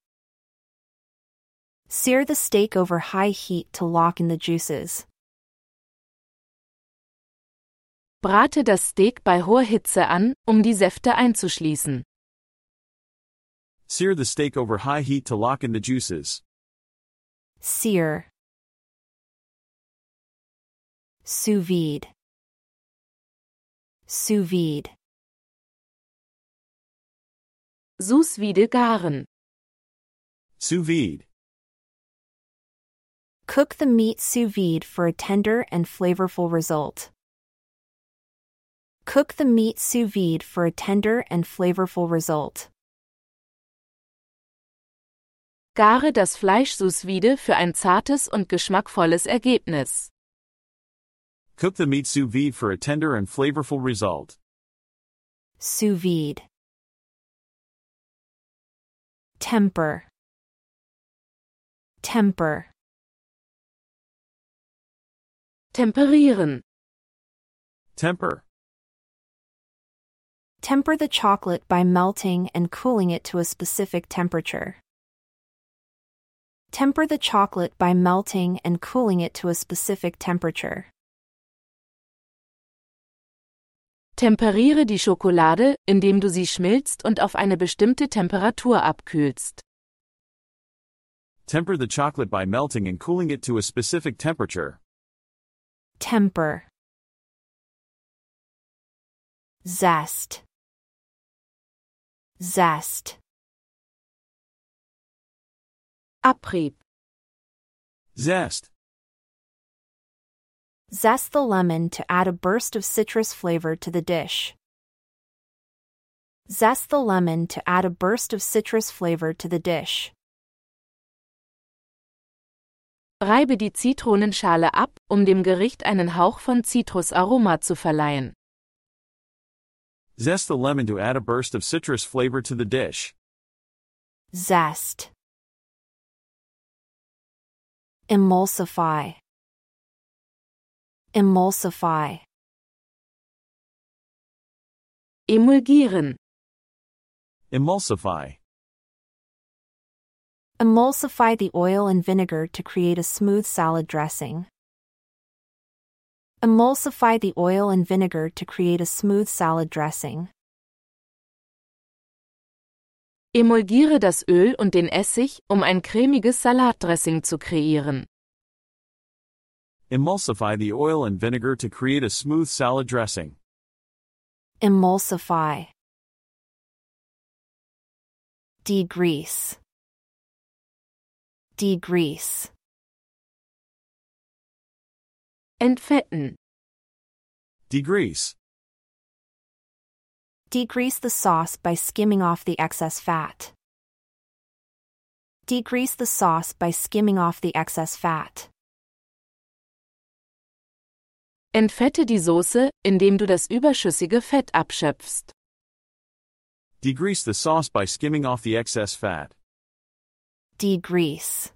S1: Sear the steak over high heat to lock in the juices.
S2: Brate das Steak bei hoher Hitze an, um die Säfte einzuschließen.
S3: Sear the steak over high heat to lock in the juices.
S1: Sear. Sous vide. Sous vide.
S2: Sous vide garen.
S3: Sous vide.
S1: Cook the meat sous vide for a tender and flavorful result. Cook the meat sous vide for a tender and flavorful result.
S2: Gare das Fleisch sous vide für ein zartes und geschmackvolles Ergebnis.
S3: Cook the meat sous vide for a tender and flavorful result.
S1: Sous vide. Temper. Temper.
S2: Temperieren.
S3: Temper.
S1: Temper the chocolate by melting and cooling it to a specific temperature. Temper the chocolate by melting and cooling it to a specific temperature.
S2: Temperiere die Schokolade, indem du sie schmilzt und auf eine bestimmte Temperatur abkühlst.
S3: Temper the chocolate by melting and cooling it to a specific temperature.
S1: Temper. Zest. Zest.
S2: Abrieb.
S3: Zest.
S1: Zest the lemon to add a burst of citrus flavor to the dish. Zest the lemon to add a burst of citrus flavor to the dish.
S2: Reibe die Zitronenschale ab, um dem Gericht einen Hauch von Zitrusaroma zu verleihen.
S3: Zest the lemon to add a burst of citrus flavor to the dish.
S1: Zest. Emulsify. Emulsify.
S2: Emulgieren.
S3: Emulsify.
S1: Emulsify the oil and vinegar to create a smooth salad dressing. Emulsify the oil and vinegar to create a smooth salad dressing.
S2: Emulgiere das Öl und den Essig, um ein cremiges Salatdressing zu kreieren.
S3: Emulsify the oil and vinegar to create a smooth salad dressing.
S1: Emulsify. Degrease. Degrease.
S2: Entfetten.
S3: Degrease.
S1: Degrease the sauce by skimming off the excess fat. Degrease the sauce by skimming off the excess fat.
S2: Entfette die Soße, indem du das überschüssige Fett abschöpfst.
S3: Degrease the sauce by skimming off the excess fat.
S1: Degrease.